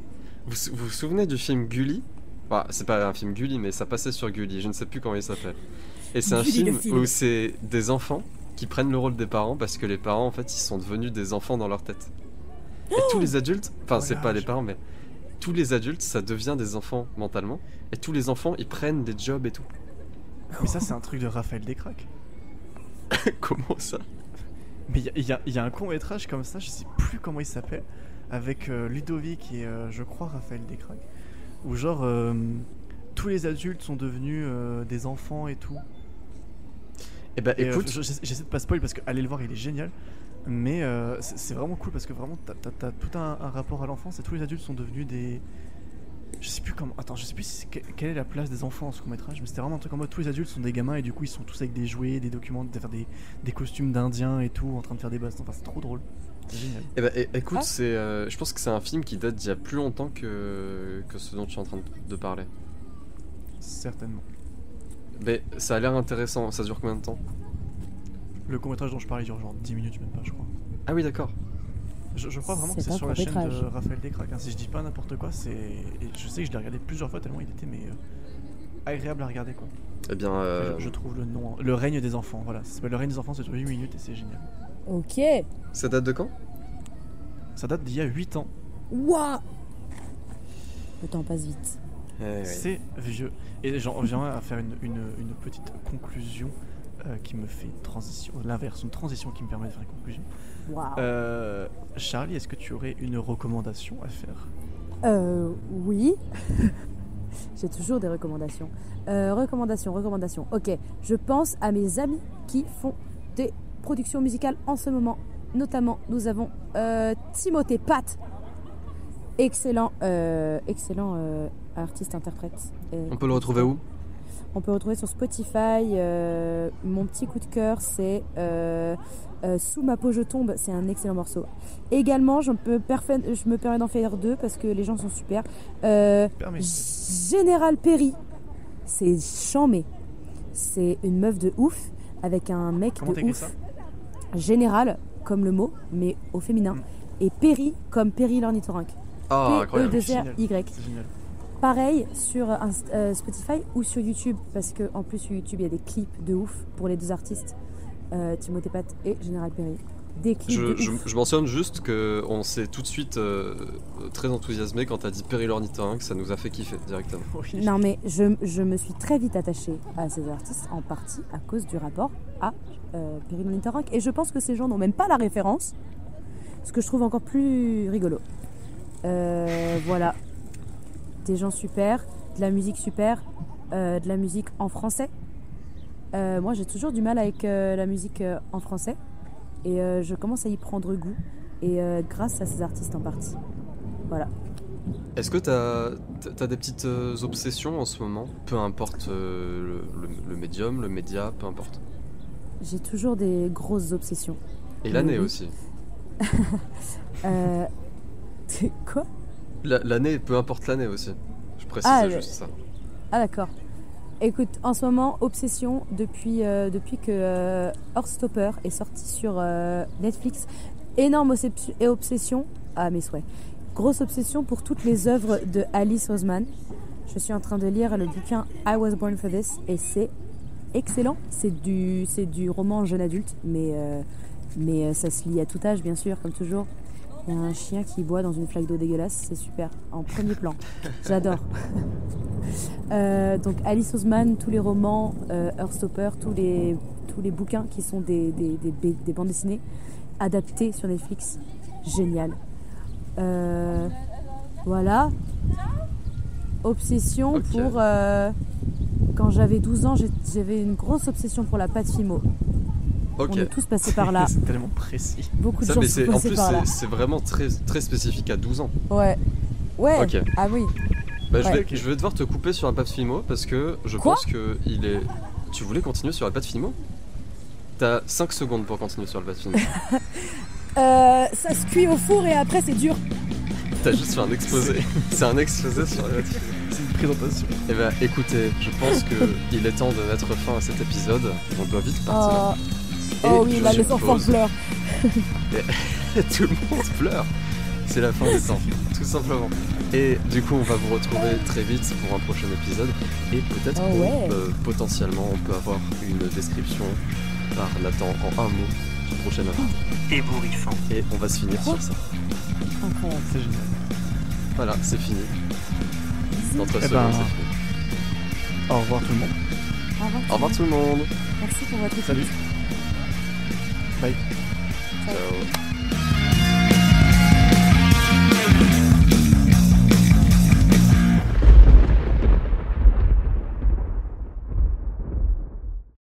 S2: vous, sou- vous vous souvenez du film Gulli Bah, C'est pas un film Gulli, mais ça passait sur Gulli, je ne sais plus comment il s'appelle. Et c'est un
S8: Gulli, le
S2: film,
S8: film.
S2: où c'est des enfants qui prennent le rôle des parents parce que les parents, en fait, ils sont devenus des enfants dans leur tête. Et tous les adultes, enfin,
S4: Oh
S2: c'est
S4: la
S2: pas les
S4: vache.
S2: parents, mais tous les adultes, ça devient des enfants mentalement. Et tous les enfants, ils prennent des jobs et tout.
S4: Mais ça c'est un truc de Raphaël Descraques.
S2: comment ça
S4: Mais il y a- il y, a- il y a un court métrage comme ça, je sais plus comment il s'appelle, avec euh, Ludovic et euh, je crois Raphaël Descraques, où genre euh, tous les adultes sont devenus euh, des enfants et tout.
S2: Eh bah,
S4: Et, euh,
S2: écoute,
S4: je- j'essa- j'essaie de pas spoil parce que allez le voir, il est génial. Mais euh, c'est c'est vraiment cool parce que vraiment t'as t'as- t'as tout un, un rapport à l'enfance et tous les adultes sont devenus des. Je sais plus comment. Attends, je sais plus si c'est- que- quelle est la place des enfants en ce court métrage, mais c'était vraiment un truc en mode tous les adultes sont des gamins et du coup ils sont tous avec des jouets, des documents, des, des, des costumes d'indiens et tout en train de faire des basses. Enfin, c'est trop drôle. C'est génial.
S2: Eh ben, é- écoute,
S8: Ah.
S2: c'est, euh, je pense que c'est un film qui date d'il y a plus longtemps que, que ce dont je suis en train de parler.
S4: Certainement.
S2: Mais ça a l'air intéressant, ça dure combien de temps
S4: Le court métrage dont je parlais dure genre 10 minutes, même pas, je crois.
S2: Ah oui, d'accord.
S4: Je, je crois vraiment que
S8: C'est
S4: c'est
S8: un
S4: sur la chaîne
S8: court-métrage.
S4: de Raphaël Descraques. hein. Si je dis pas n'importe quoi, c'est. et Je sais que je l'ai regardé plusieurs fois tellement il était mais euh, agréable à regarder quoi.
S2: Eh bien, euh,
S4: Je, je trouve le nom. Le règne des enfants, voilà. Ça s'appelle Le règne des enfants, c'est sur 8 minutes et c'est génial.
S8: Ok.
S2: ça date de quand
S4: Ça date d'il y a 8 ans.
S8: Waouh. Le temps passe vite.
S2: Eh
S4: C'est vieux. Et j'en viens à faire une, une, une petite conclusion euh, qui me fait une transition. L'inverse, une transition qui me permet de faire une conclusion.
S8: Waouh.
S4: Euh, Charlie, est-ce que tu aurais une recommandation à faire
S5: Euh, oui. J'ai toujours des recommandations. Euh, recommandations, recommandations. Ok, je pense à mes amis qui font des productions musicales en ce moment. Notamment, nous avons euh, Timothée Pat. Excellent, euh, excellent euh, artiste interprète. Euh,
S2: On peut le retrouver où
S5: on peut retrouver sur Spotify. euh, mon petit coup de cœur, c'est euh, euh, Sous ma peau je tombe. C'est un excellent morceau. Également, je, peux perfe- je me permets d'en faire deux parce que les gens sont super. Euh,
S4: Permets.
S5: Général Perry, c'est chamé. C'est une meuf de ouf avec un mec
S4: Comment
S5: de
S4: t'écris
S5: ouf. Général comme le mot, mais au féminin.
S4: Mm.
S5: Et Perry comme Perry l'ornithorynque.
S2: Ah,
S5: E
S2: incroyable.
S5: P-E-2-R-Y.
S4: C'est génial.
S5: Pareil sur Inst- euh, Spotify ou sur YouTube, parce que en plus sur YouTube il y a des clips de ouf pour les deux artistes, euh, Timothée Pat et Général Perry. Des clips
S2: Je,
S5: de
S2: je-
S5: ouf.
S2: je mentionne juste que on s'est tout de suite euh, très enthousiasmé quand t'as dit Périlornithin, que ça nous a fait kiffer directement.
S4: Oui.
S5: Non mais je, je me suis très vite attachée à ces artistes en partie à cause du rapport à euh, Perry Monitorac et je pense que ces gens n'ont même pas la référence, ce que je trouve encore plus rigolo. Euh, voilà, des gens super, de la musique super, euh, de la musique en français. Euh, moi j'ai toujours du mal avec euh, la musique euh, en français et euh, je commence à y prendre goût et euh, grâce à ces artistes en partie.
S2: Est-ce que t'as as des petites euh, obsessions en ce moment Peu importe euh, le, le- le médium, le média, peu importe.
S5: J'ai toujours des grosses obsessions.
S2: Et l'année
S5: Oui.
S2: aussi.
S5: Euh... Quoi
S2: La- L'année, peu importe l'année aussi. Je précise
S5: Ah, le-
S2: juste ça.
S5: Ah d'accord. Écoute, en ce moment, Obsession, depuis, euh, depuis que euh, Heartstopper est sorti sur euh, Netflix, énorme obsep- et obsession, à mes souhaits, grosse obsession pour toutes les œuvres de Alice Oseman. Je suis en train de lire le bouquin I Was Born for This et c'est excellent. C'est du, c'est du roman jeune adulte, mais, euh, mais euh, ça se lit à tout âge, bien sûr, comme toujours. Il y a un chien qui boit dans une flaque d'eau dégueulasse, c'est super, en premier plan. J'adore. Euh, donc Alice Oseman, tous les romans, euh, Heartstopper, tous les, tous les bouquins qui sont des, des, des, ba- des bandes dessinées adaptées sur Netflix. Génial. Euh, voilà. Obsession
S2: Ok.
S5: pour... euh, quand j'avais 12 ans, j'ai- j'avais une grosse obsession pour la pâte Fimo.
S2: Ok.
S5: On est tous passés par là.
S4: C'est tellement précis.
S5: Beaucoup de
S2: Ça,
S5: gens
S2: mais
S5: sont
S2: c'est- en
S5: passés
S2: plus,
S5: par là.
S2: c'est- c'est vraiment très, très spécifique à 12 ans.
S5: Ouais. Ouais.
S2: Ok.
S5: Ah oui.
S2: Bah, je,
S5: Ouais.
S2: vais, je vais devoir te couper sur la pâte Fimo parce que je
S5: Quoi
S2: pense que il est. Tu voulais continuer sur la pâte Fimo T'as 5 secondes pour continuer sur la pâte Fimo.
S5: Euh, ça se cuit au four et après c'est dur.
S2: T'as juste fait un exposé. C'est un exposé sur la pâte Fimo.
S4: C'est une présentation.
S2: Eh ben, écoutez, je pense que il est temps de mettre fin à cet épisode. On doit vite partir.
S5: Oh,
S2: Et
S5: oh oui,
S2: je
S5: là les enfants
S2: suppose-
S5: pleurent.
S2: Tout le monde pleure. C'est la fin des temps, tout simplement. Et du coup, on va vous retrouver très vite pour un prochain épisode. Et peut-être
S5: Oh
S2: qu'on,
S5: ouais.
S2: euh, potentiellement, on peut avoir une description par Nathan en un mot du prochain invité.
S1: Ébouriffant.
S2: Et on va se finir sur ça.
S5: Incroyable.
S4: C'est génial.
S2: Voilà, c'est fini. Notre
S4: Eh
S2: seconde,
S4: ben,
S2: c'est fini.
S4: Au revoir tout le monde.
S5: Au revoir.
S2: Au revoir tout le monde.
S5: Merci pour votre écoute.
S4: Salut.
S2: Ciao.